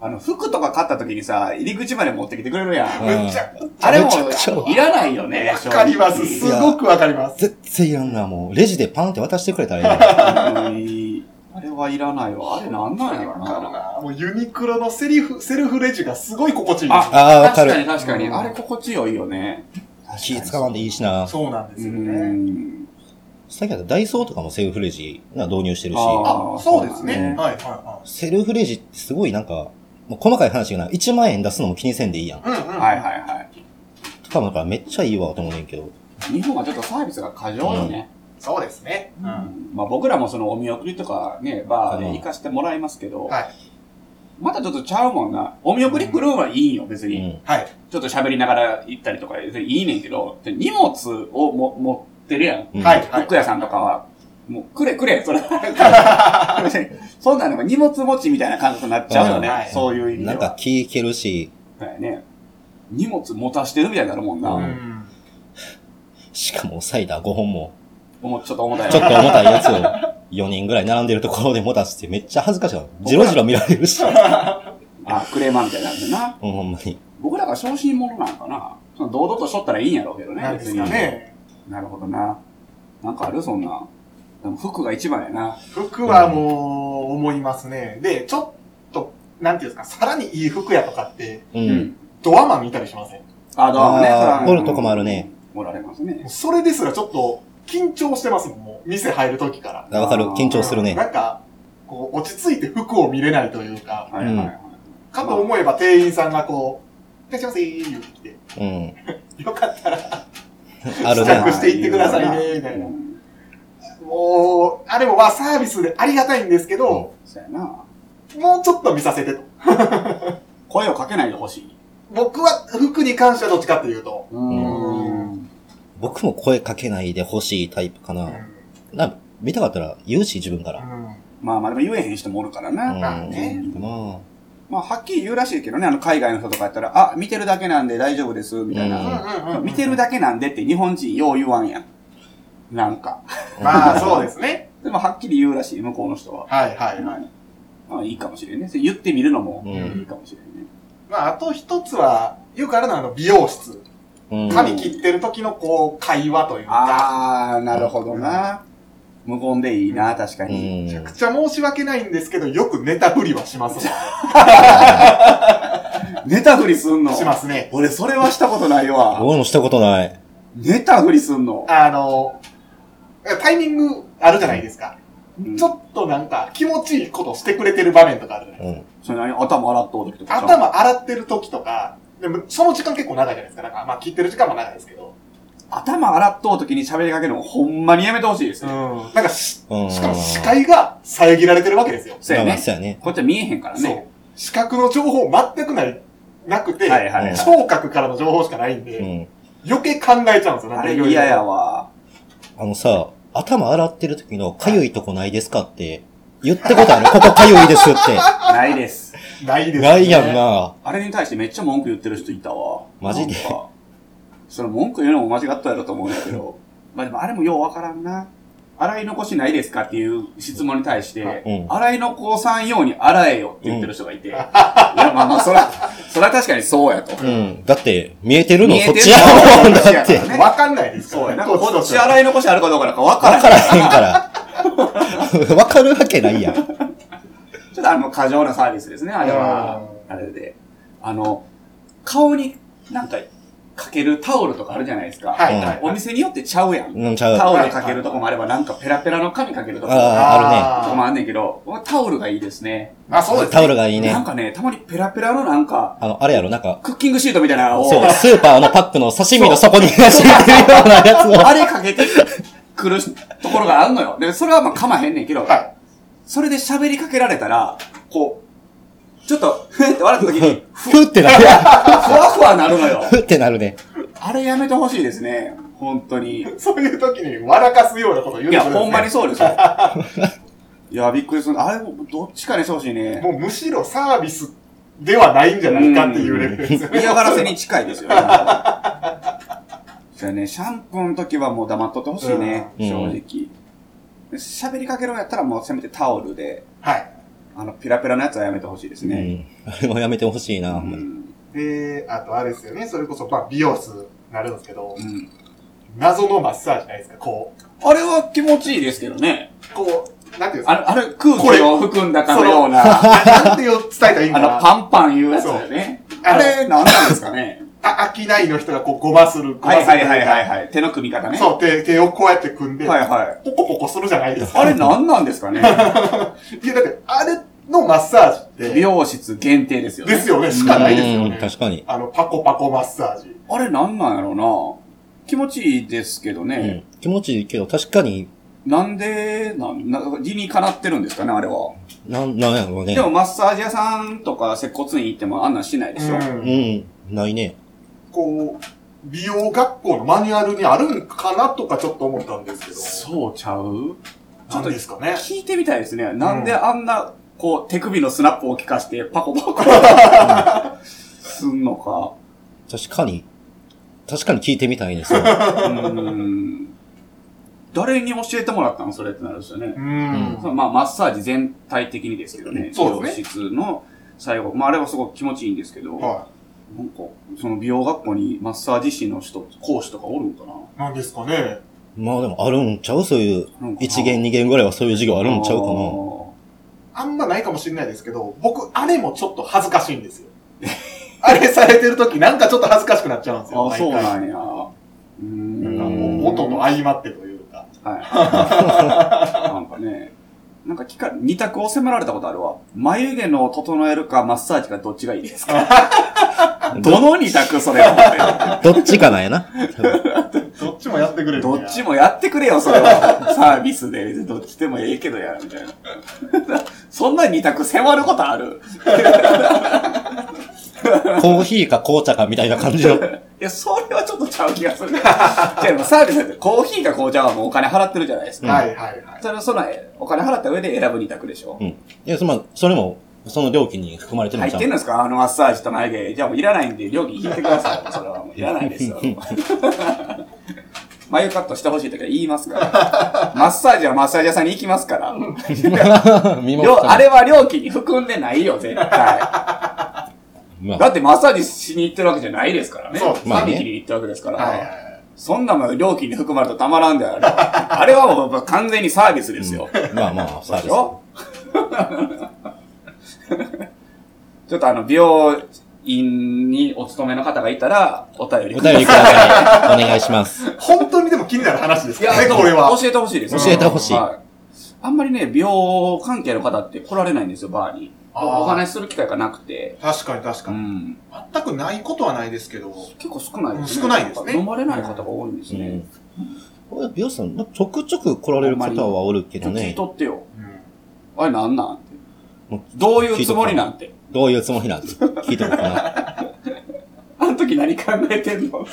[SPEAKER 1] あの、服とか買った時にさ、入り口まで持ってきてくれるやん。
[SPEAKER 3] うん
[SPEAKER 2] めっちゃ、
[SPEAKER 1] あれも
[SPEAKER 3] めちゃくちゃ、
[SPEAKER 1] いらないよね。
[SPEAKER 2] わかります。す
[SPEAKER 1] 正
[SPEAKER 2] ごくわかります。
[SPEAKER 3] 絶対いらんな、もう。レジでパンって渡してくれたらいいのに。
[SPEAKER 1] 直うんあれはいらないわ。あれなんなんやろ
[SPEAKER 2] わかる
[SPEAKER 1] な。
[SPEAKER 2] な。もうユニクロのセリフ、セルフレジがすごい心地いいんですよ。
[SPEAKER 3] あーわか
[SPEAKER 1] 確
[SPEAKER 3] る
[SPEAKER 1] かに確かに。
[SPEAKER 2] うん
[SPEAKER 1] あれ心地よいよね。
[SPEAKER 3] 気使わんでいいしな。
[SPEAKER 2] そうなんです
[SPEAKER 1] う
[SPEAKER 2] よね。
[SPEAKER 1] ん。
[SPEAKER 3] さっきだったダイソーとかもセルフレジな導入してるし、
[SPEAKER 1] あ
[SPEAKER 2] あ、そうですね
[SPEAKER 1] う。ん
[SPEAKER 2] はいは
[SPEAKER 3] セルフレジってすごいなんか、もう細かい話がな、1万円出すのも気にせんでいいやん。
[SPEAKER 2] いはい。うんうん。
[SPEAKER 1] はいはいはい。
[SPEAKER 3] とかもだからめっちゃいいわと思うねんけど。
[SPEAKER 1] 日本はちょっとサービスが過剰よね。
[SPEAKER 2] そうですね。うん。は
[SPEAKER 1] まあ僕らもそのお見送りとかね、バーで行かしてもらいますけど、
[SPEAKER 2] い。
[SPEAKER 1] またちょっとちゃうもんな。お見送り来るのはいいんよ、別
[SPEAKER 3] う
[SPEAKER 1] に。
[SPEAKER 3] ん。
[SPEAKER 2] はい。
[SPEAKER 1] ちょっと喋りながら行ったりとか、別にいいねんけど、荷物をも持ってるやん。
[SPEAKER 3] うん
[SPEAKER 2] はい。
[SPEAKER 1] 服
[SPEAKER 2] はい。
[SPEAKER 1] 屋さんとかは、もう、くれくれ、そ れ。そんなのが荷物持ちみたいな感覚になっちゃうよね。
[SPEAKER 2] うんはい
[SPEAKER 1] そういう意味で
[SPEAKER 3] な
[SPEAKER 1] は。
[SPEAKER 3] んか気いけるし、
[SPEAKER 1] だよね。荷物持たしてるみたいになるもんな。
[SPEAKER 3] う
[SPEAKER 2] うん。
[SPEAKER 3] しかもサイダー5本も、
[SPEAKER 1] 思ちょっと重たい
[SPEAKER 3] ちょっと
[SPEAKER 1] な。
[SPEAKER 3] 重たいやつを4人 ぐらい並んでるところで持たせてめっちゃ恥ずかしいわ。じろじろ見られ るし。
[SPEAKER 1] あ、クレーマーみたいになるんだな。
[SPEAKER 3] うん、ほんまに。
[SPEAKER 1] 僕らが小心者なんかな。その堂々としとったらいいんやろうけどね。
[SPEAKER 2] なんですかね。
[SPEAKER 1] 別に。なるほどな。なんかあるそんな。でも服が一番やな。
[SPEAKER 2] 服はもう、思いますね。で、ちょっと、なんていうんですか、さらにいい服屋とかって、
[SPEAKER 3] う。。
[SPEAKER 1] うん
[SPEAKER 2] ドアマン見たりしません
[SPEAKER 1] あ、どうもね。
[SPEAKER 3] あー
[SPEAKER 1] そら
[SPEAKER 3] おるとこもあるね。
[SPEAKER 1] おられますね。
[SPEAKER 2] それですらちょっと、緊張してますもん、もう。店入る時から。
[SPEAKER 3] わかる。緊張するね。
[SPEAKER 2] なんか、こう、落ち着いて服を見れないというか、
[SPEAKER 1] はいはいはい。
[SPEAKER 2] かと思えば店員さんがこう、いらっしゃいませー、言ってきて、
[SPEAKER 3] うん。
[SPEAKER 2] よかったら、
[SPEAKER 3] ある
[SPEAKER 2] 試着
[SPEAKER 3] な。
[SPEAKER 2] していってくださいねみたいな
[SPEAKER 1] うん
[SPEAKER 2] もう、あれもまあサービスでありがたいんですけど、
[SPEAKER 1] そうやな。
[SPEAKER 2] もうちょっと見させてと。
[SPEAKER 1] 声をかけないでほしい。
[SPEAKER 2] 僕は服に関してはどっちかっていうと、
[SPEAKER 1] う
[SPEAKER 2] ー
[SPEAKER 1] ん。
[SPEAKER 3] 僕も声かけないでほしいタイプか
[SPEAKER 2] う
[SPEAKER 3] な。
[SPEAKER 2] ん
[SPEAKER 3] な、見たかったら言うし、自分から。
[SPEAKER 1] まあまあでも言えへん人もおるから
[SPEAKER 3] う
[SPEAKER 1] な。
[SPEAKER 3] ん。
[SPEAKER 2] まあね
[SPEAKER 3] ま
[SPEAKER 1] まあはっきり言うらしいけどね、あの海外の人とかやったら、あ、見てるだけなんで大丈夫です、みたい
[SPEAKER 3] うん
[SPEAKER 1] な。
[SPEAKER 2] うん
[SPEAKER 1] 見てるだけなんでって日本人よう言わんやん。なんか。
[SPEAKER 3] あ
[SPEAKER 2] まあ、そうですね。
[SPEAKER 1] でもはっきり言うらしい、向こうの人は。
[SPEAKER 2] はいはいはい。
[SPEAKER 1] はい。まあいいかもしれんね。それ言ってみるのも
[SPEAKER 3] うん
[SPEAKER 1] いいかもしれんね。
[SPEAKER 2] まあ、あと一つは、よくあるのはあの美容室。
[SPEAKER 3] うん。
[SPEAKER 2] 髪切ってる時のこう、会話というか、
[SPEAKER 1] あー、なるほどな。無言でいいな、確か
[SPEAKER 3] う
[SPEAKER 1] に。
[SPEAKER 2] めちゃ
[SPEAKER 3] ん
[SPEAKER 2] く。ちゃ申し訳ないんですけど、よくネタ振りはし ます。し
[SPEAKER 1] ネタ振りすんの
[SPEAKER 2] ますね。
[SPEAKER 1] 俺それはしたことないわ。
[SPEAKER 3] 俺もしたことない。
[SPEAKER 1] ネタ振りすんの
[SPEAKER 2] あの、タイミングあるじゃないですか。
[SPEAKER 1] うん
[SPEAKER 2] ちょっとなんか気持ちいいことしてくれてる場面とかあるじゃないで
[SPEAKER 3] うん。
[SPEAKER 1] それ何頭洗っとう時と
[SPEAKER 2] す
[SPEAKER 1] か
[SPEAKER 2] か。
[SPEAKER 1] ちゃう。
[SPEAKER 2] 頭洗ってる時とか、でもその時間結構長いじゃないですか。なんか、まあ聞いてる時間も長いですけど。
[SPEAKER 1] 頭洗っとう時に喋りかけるのほんまにやめてほしいです
[SPEAKER 2] うん。
[SPEAKER 1] ね。
[SPEAKER 2] なんかし、
[SPEAKER 3] うん。
[SPEAKER 2] しかも視界が遮られてるわけですよ。
[SPEAKER 1] そうや
[SPEAKER 3] まあまあ
[SPEAKER 1] ね。
[SPEAKER 3] そうやね。
[SPEAKER 1] こっちは見えへんから
[SPEAKER 2] そう
[SPEAKER 1] ね。。
[SPEAKER 2] 視覚の情報全くない、なくて、
[SPEAKER 1] はいはいはい。
[SPEAKER 2] 聴覚からの情報しかないんで、
[SPEAKER 3] うん。
[SPEAKER 2] 余計考えちゃうんですよ。なん
[SPEAKER 1] あ
[SPEAKER 2] か
[SPEAKER 1] れ
[SPEAKER 2] いろいろ
[SPEAKER 1] 嫌や。わ。
[SPEAKER 3] あのさ、頭洗ってる時の、かゆいとこないですかって、言ったことあるここかゆいですっ
[SPEAKER 1] ないです。
[SPEAKER 2] ないです
[SPEAKER 3] て。
[SPEAKER 2] ね。
[SPEAKER 3] ないやんな。
[SPEAKER 1] あれに対してめっちゃ文句言ってる人いたわ。
[SPEAKER 3] マジで
[SPEAKER 1] なんかその文句言うのも間違ったやろと思うんだけど。 まあでもあれもようわからんな。洗い残しないですかっていう質問に対して、
[SPEAKER 3] うん。
[SPEAKER 1] 洗い残さんように洗えよって言ってる人が いて。いやまあまあ、そら、そら確かにそうやと。
[SPEAKER 3] うん。だって、見えてるの
[SPEAKER 1] 見え
[SPEAKER 3] そってち
[SPEAKER 1] る
[SPEAKER 3] やもん
[SPEAKER 1] のはこっち
[SPEAKER 3] だ
[SPEAKER 1] や
[SPEAKER 3] っ
[SPEAKER 1] か
[SPEAKER 3] て
[SPEAKER 1] ら。ね
[SPEAKER 2] わかんないですから
[SPEAKER 1] そうや。なん
[SPEAKER 2] こ
[SPEAKER 1] か
[SPEAKER 2] っち
[SPEAKER 1] ことっ
[SPEAKER 2] して
[SPEAKER 1] ち
[SPEAKER 2] は
[SPEAKER 1] 洗い残しあるかどうかなんかわから
[SPEAKER 3] わ
[SPEAKER 1] ん
[SPEAKER 3] から へんから。わかるわけないやん。
[SPEAKER 1] ちょっとあの、過剰なサービスですね、あれは。あれで。あの、顔になんかかけるタオルとかあるじゃないですか。
[SPEAKER 2] はいはい。
[SPEAKER 1] お店によってちゃうやん。
[SPEAKER 3] うん、ちゃう。
[SPEAKER 1] タオルかけるとこもあれば、なんかペラペラの紙かけるとこも
[SPEAKER 3] ああ、あ
[SPEAKER 1] とこもあんねんけど、タオルがいいですね。
[SPEAKER 2] まあそう
[SPEAKER 3] る
[SPEAKER 2] です
[SPEAKER 3] ね。
[SPEAKER 2] ね。
[SPEAKER 3] タオルがいいね
[SPEAKER 1] な。んかね、たまにペラペラのなんか、
[SPEAKER 3] あの、あれやろ、なんか、
[SPEAKER 1] クッキングシートみたいなのを、
[SPEAKER 3] そう、スーパーのパックの刺身の底にが敷いてるようなやつを。
[SPEAKER 1] あれかけてくるところがあんのよ。で、それはまあかまへんねんけど、
[SPEAKER 2] はい
[SPEAKER 1] それで喋りかけられたら、こう、ちょっと、ふえって笑った時に、
[SPEAKER 3] ふってなる。
[SPEAKER 1] ふわふわなるのよ。
[SPEAKER 3] ふってなるね。
[SPEAKER 1] あれやめてほしいですね。本当に。
[SPEAKER 2] そういう時に笑かすようなことを言う
[SPEAKER 1] い
[SPEAKER 2] て
[SPEAKER 1] や、
[SPEAKER 2] くるんです、ね、
[SPEAKER 1] ほんまにそうですよ。 いや、びっくりする。あれ、どっちかにしてほしいね。
[SPEAKER 2] もうむしろサービスではないんじゃないかっていうレベルですよね。
[SPEAKER 1] 嫌がらせに近いですよね。 そうやね、シャンプーの時はもう黙っとってほしいね、
[SPEAKER 3] うん
[SPEAKER 1] 正直。喋りかけるんやったらもうせめてタオルで、
[SPEAKER 2] はい。
[SPEAKER 1] あの、ピラピラのやつはやめてほしいです
[SPEAKER 3] う
[SPEAKER 1] ね。
[SPEAKER 3] ん。あれはやめてほしいな、
[SPEAKER 1] う
[SPEAKER 3] ほんまに。
[SPEAKER 1] ん。
[SPEAKER 2] で、あとあれですよね、それこそ、まあ、美容室になるんですけど
[SPEAKER 1] う、ん
[SPEAKER 2] 謎のマッサージないですか、こ
[SPEAKER 1] あれは気持ちいいですけどね。
[SPEAKER 2] う、こう、なんていうんです
[SPEAKER 1] あ
[SPEAKER 2] か、
[SPEAKER 1] れ、あれ空気を含んだかのような、あ
[SPEAKER 2] なんていう伝えたらいいんか
[SPEAKER 1] の、
[SPEAKER 2] な。あ
[SPEAKER 1] パンパン言うやつだよね。
[SPEAKER 2] う
[SPEAKER 1] あれ、なんなんですかね。
[SPEAKER 2] 商いの人がこう、ごまする、ごます
[SPEAKER 1] は
[SPEAKER 2] る
[SPEAKER 1] い。はいはいはいはい。手の組み方ね。
[SPEAKER 2] そう、手、手をこうやって組んで、
[SPEAKER 1] はいはい。
[SPEAKER 2] ポコポコするじゃないですか。
[SPEAKER 1] あれなんなんですか ね。
[SPEAKER 2] いや、だって、あれのマッサージって、
[SPEAKER 1] 美容室限定ですよね。
[SPEAKER 2] ですよね、しかないですよ
[SPEAKER 3] うん
[SPEAKER 2] ね。
[SPEAKER 3] 確かに。
[SPEAKER 2] あの、パコパコマッサージ。
[SPEAKER 1] あれなんなんやろうな。気持ちいいですけど
[SPEAKER 3] う
[SPEAKER 1] ね。
[SPEAKER 3] ん。気持ちいいけど、確かに、
[SPEAKER 1] なんで、なん、な、理にかなってるんですかね、あれは。
[SPEAKER 3] なん、なんやろうね
[SPEAKER 1] で。もマッサージ屋さんとか接骨院行ってもあんなんしないでしょ。
[SPEAKER 2] うん
[SPEAKER 3] うん。ないね。
[SPEAKER 2] こう、美容学校のマニュアルにあるんかなとかちょっと思ったんですけど。
[SPEAKER 1] そうちゃうちょ
[SPEAKER 2] な
[SPEAKER 1] っ
[SPEAKER 2] ん
[SPEAKER 1] と
[SPEAKER 2] ですかね。
[SPEAKER 1] 聞いてみたいですね。なんであんな、こう、手首のスナップを効かして、パコパコ、すんのか。
[SPEAKER 3] 確かに、確かに聞いてみたいです よ。
[SPEAKER 1] うーん。誰に教えてもらったのそれってなるんですよね。
[SPEAKER 2] うん
[SPEAKER 1] まあ、マッサージ全体的にですけどね。
[SPEAKER 2] そうですね
[SPEAKER 1] 美容室の最後。まあ、あれはすごく気持ちいいんですけど、
[SPEAKER 2] は
[SPEAKER 1] なんか、その美容学校にマッサージ師の人、講師とかおるんかな。
[SPEAKER 2] い。なんですかね。
[SPEAKER 3] まあでもあるんちゃうそういう、
[SPEAKER 1] なんか
[SPEAKER 3] 1限2限ぐらいはそういう授業あるんちゃうか
[SPEAKER 1] あ
[SPEAKER 3] な。
[SPEAKER 1] ー
[SPEAKER 2] あんまないかもしれないですけど、僕、あれもちょっと恥ずかしいんですよ。あれされてるとき、なんかちょっと恥ずかしくなっちゃうんですよ。
[SPEAKER 1] あー、そう
[SPEAKER 2] 毎回
[SPEAKER 1] なんや。うーん。
[SPEAKER 2] なんかもう音の相まってというか。
[SPEAKER 1] はい。 なんかね、なんか聞か、二択を迫られたことあるわ。眉毛の整えるかマッサージかどっちがいいです かどの二択それは。
[SPEAKER 3] どっちかなん やな。多分
[SPEAKER 2] どっちもやってくれる。
[SPEAKER 1] どっち。もやってくれよ、それは。 サービスで、どっちでもええけどや、みたいな。そんな 二択迫ることある
[SPEAKER 3] コーヒーか紅茶かみたいな感 じの。
[SPEAKER 1] いや、それはちょっとちゃう気がする。じ ゃあ、サービスってコーヒーか紅茶はもうお金払ってるじゃないですか。
[SPEAKER 2] はいはいはい。
[SPEAKER 1] それはその、えお金払った上で選ぶ二択でしょ
[SPEAKER 3] う。ん。いや、そまあ、それも、その料金に含まれてる
[SPEAKER 1] 入
[SPEAKER 3] ん
[SPEAKER 1] っ
[SPEAKER 3] ち
[SPEAKER 1] て
[SPEAKER 3] ゃ
[SPEAKER 1] るん
[SPEAKER 3] う
[SPEAKER 1] ですかあのマッサージと眉毛。じゃあもういらないんで、料金引いてください。それはもういらないですよ。 眉カットしてほしいとか言います から。マッサージはマッサージ屋さんに行きますから。
[SPEAKER 3] 見ま
[SPEAKER 1] 料あれは料金に含んでないよ、絶対。
[SPEAKER 3] ま
[SPEAKER 1] だってマッサージしに行ってるわけじゃないですからね。
[SPEAKER 2] そう
[SPEAKER 1] ま
[SPEAKER 3] ま
[SPEAKER 1] あ、
[SPEAKER 3] あね
[SPEAKER 1] 切りに行ってるわけですから。
[SPEAKER 2] はいはいはい。
[SPEAKER 1] そんなもん料金に含まれたらたまらんであれ は。あれはもう完全にサービスですよ。
[SPEAKER 3] あ、まあまあ、サー
[SPEAKER 1] で
[SPEAKER 3] ビ
[SPEAKER 1] しょ ちょっとあの、美容院にお勤めの方がいたら、お便り
[SPEAKER 3] ス。お便りください。お願いします。
[SPEAKER 2] 本当にでも気になる話です
[SPEAKER 1] い
[SPEAKER 2] か
[SPEAKER 1] や
[SPEAKER 2] らね、、これは。
[SPEAKER 1] 教えてほしいです。
[SPEAKER 3] 教えてほしい
[SPEAKER 1] はあんまりね、美容関係の方って来られないんですよ、バーに。
[SPEAKER 2] あー
[SPEAKER 1] お話しする機会がなくて。
[SPEAKER 2] 確かに確
[SPEAKER 1] う
[SPEAKER 2] かに。
[SPEAKER 1] ん。
[SPEAKER 2] 全くないことはないですけど。
[SPEAKER 1] 結構少ないですね。
[SPEAKER 2] 少ないですね
[SPEAKER 1] 飲まれない方が多いんです
[SPEAKER 3] う
[SPEAKER 1] ね
[SPEAKER 3] ん。。これ美容師さん、ちょくちょく来られる方はおるけ
[SPEAKER 1] ちょ
[SPEAKER 3] ど
[SPEAKER 1] っと聞い
[SPEAKER 3] ね。
[SPEAKER 1] とってよ。
[SPEAKER 2] うん
[SPEAKER 1] あれなんなんて
[SPEAKER 3] もう。
[SPEAKER 1] どういうつもりなんて。
[SPEAKER 3] どういうつもりなんて聞いてもかな。
[SPEAKER 1] あの時何考えてんの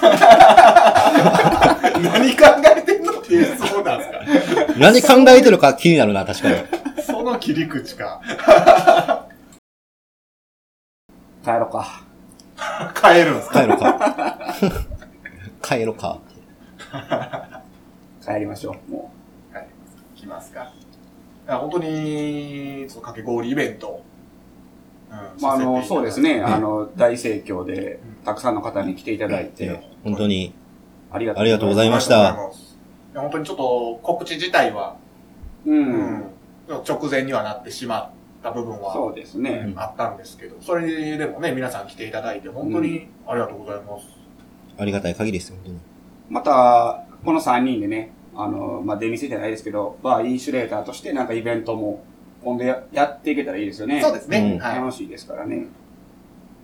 [SPEAKER 2] 何考えてんのっていう質問なんですか
[SPEAKER 3] 何考えてるか気になるな、確かに。
[SPEAKER 2] その切り口か。
[SPEAKER 1] 帰ろうか。
[SPEAKER 2] 変えるんですか
[SPEAKER 3] 帰ろうか。 帰ろうか。
[SPEAKER 1] 帰りましょう。も
[SPEAKER 2] きますか。あ本当に、そのかけ氷イベント。う
[SPEAKER 1] う。まあ、あの、そうです。ね。あの、大盛況で
[SPEAKER 2] う、ん
[SPEAKER 1] たくさんの方に来ていただいて、
[SPEAKER 3] 本当に、
[SPEAKER 1] ありがとう
[SPEAKER 3] ありがとうご
[SPEAKER 1] い
[SPEAKER 3] ざいました。
[SPEAKER 2] ありがとうございますいや本当にちょっと告知自体は、
[SPEAKER 1] ます。う。
[SPEAKER 2] うん直前にはなってしまった部分は
[SPEAKER 1] そうですね。
[SPEAKER 2] あったんですけど、それでもね、皆さん来ていただいて、本当にありがとうございます。
[SPEAKER 3] ありがたい限りですよ、本当に。
[SPEAKER 1] また、この3人でね、あの、まあ、出店じゃないですけど、バーインシュレーターとしてなんかイベントも、今度ややっていけたらいいですよね。
[SPEAKER 2] そうですね。
[SPEAKER 3] うん
[SPEAKER 2] はい。
[SPEAKER 1] 楽しいですからね。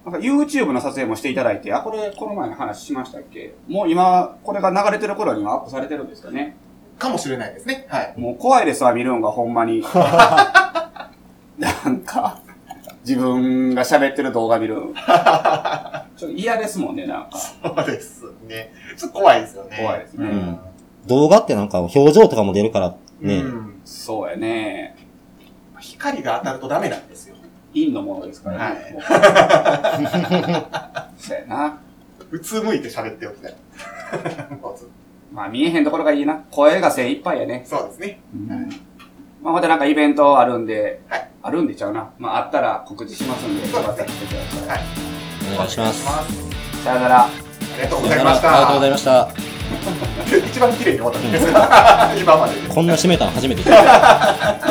[SPEAKER 1] なんか YouTube の撮影もしていただいて、あ、これ、この前の話しましたっけもう今、これが流れてる頃にはアップされてるんですかね。
[SPEAKER 2] かもしれないですね。はい。
[SPEAKER 1] もう怖いですわ、見るのがほんま に。なんか、自分が喋ってる動画見るん。ちょっと嫌ですもんね、なんか。
[SPEAKER 2] そうですね。ちょっと怖いですよね。
[SPEAKER 1] 怖いですね
[SPEAKER 3] うん動画ってなんか表情とかも出るからね、
[SPEAKER 2] うん
[SPEAKER 1] そうやね。
[SPEAKER 2] 光が当たるとダメなんですよ。
[SPEAKER 1] 陰のものですからね。 そうやな。
[SPEAKER 2] 普通向いて喋っておきたい。
[SPEAKER 1] まあ見えへんところがいいな。声が精一杯やね。
[SPEAKER 2] そうですね。
[SPEAKER 1] うんまあまたなんかイベントあるんで、
[SPEAKER 2] はい
[SPEAKER 1] あるんでちゃうな。まああったら告知しますんで、
[SPEAKER 2] そう
[SPEAKER 1] ま
[SPEAKER 2] で
[SPEAKER 1] た
[SPEAKER 2] す
[SPEAKER 1] 来てください。
[SPEAKER 2] はい。
[SPEAKER 3] お願いします。あ
[SPEAKER 1] さよなら。
[SPEAKER 2] ありがとうございまし
[SPEAKER 3] ありがとうござ
[SPEAKER 2] た。
[SPEAKER 3] いました。
[SPEAKER 2] 一番綺麗に終わったんです 今までで。
[SPEAKER 3] こんな締めたの初めて聞いた。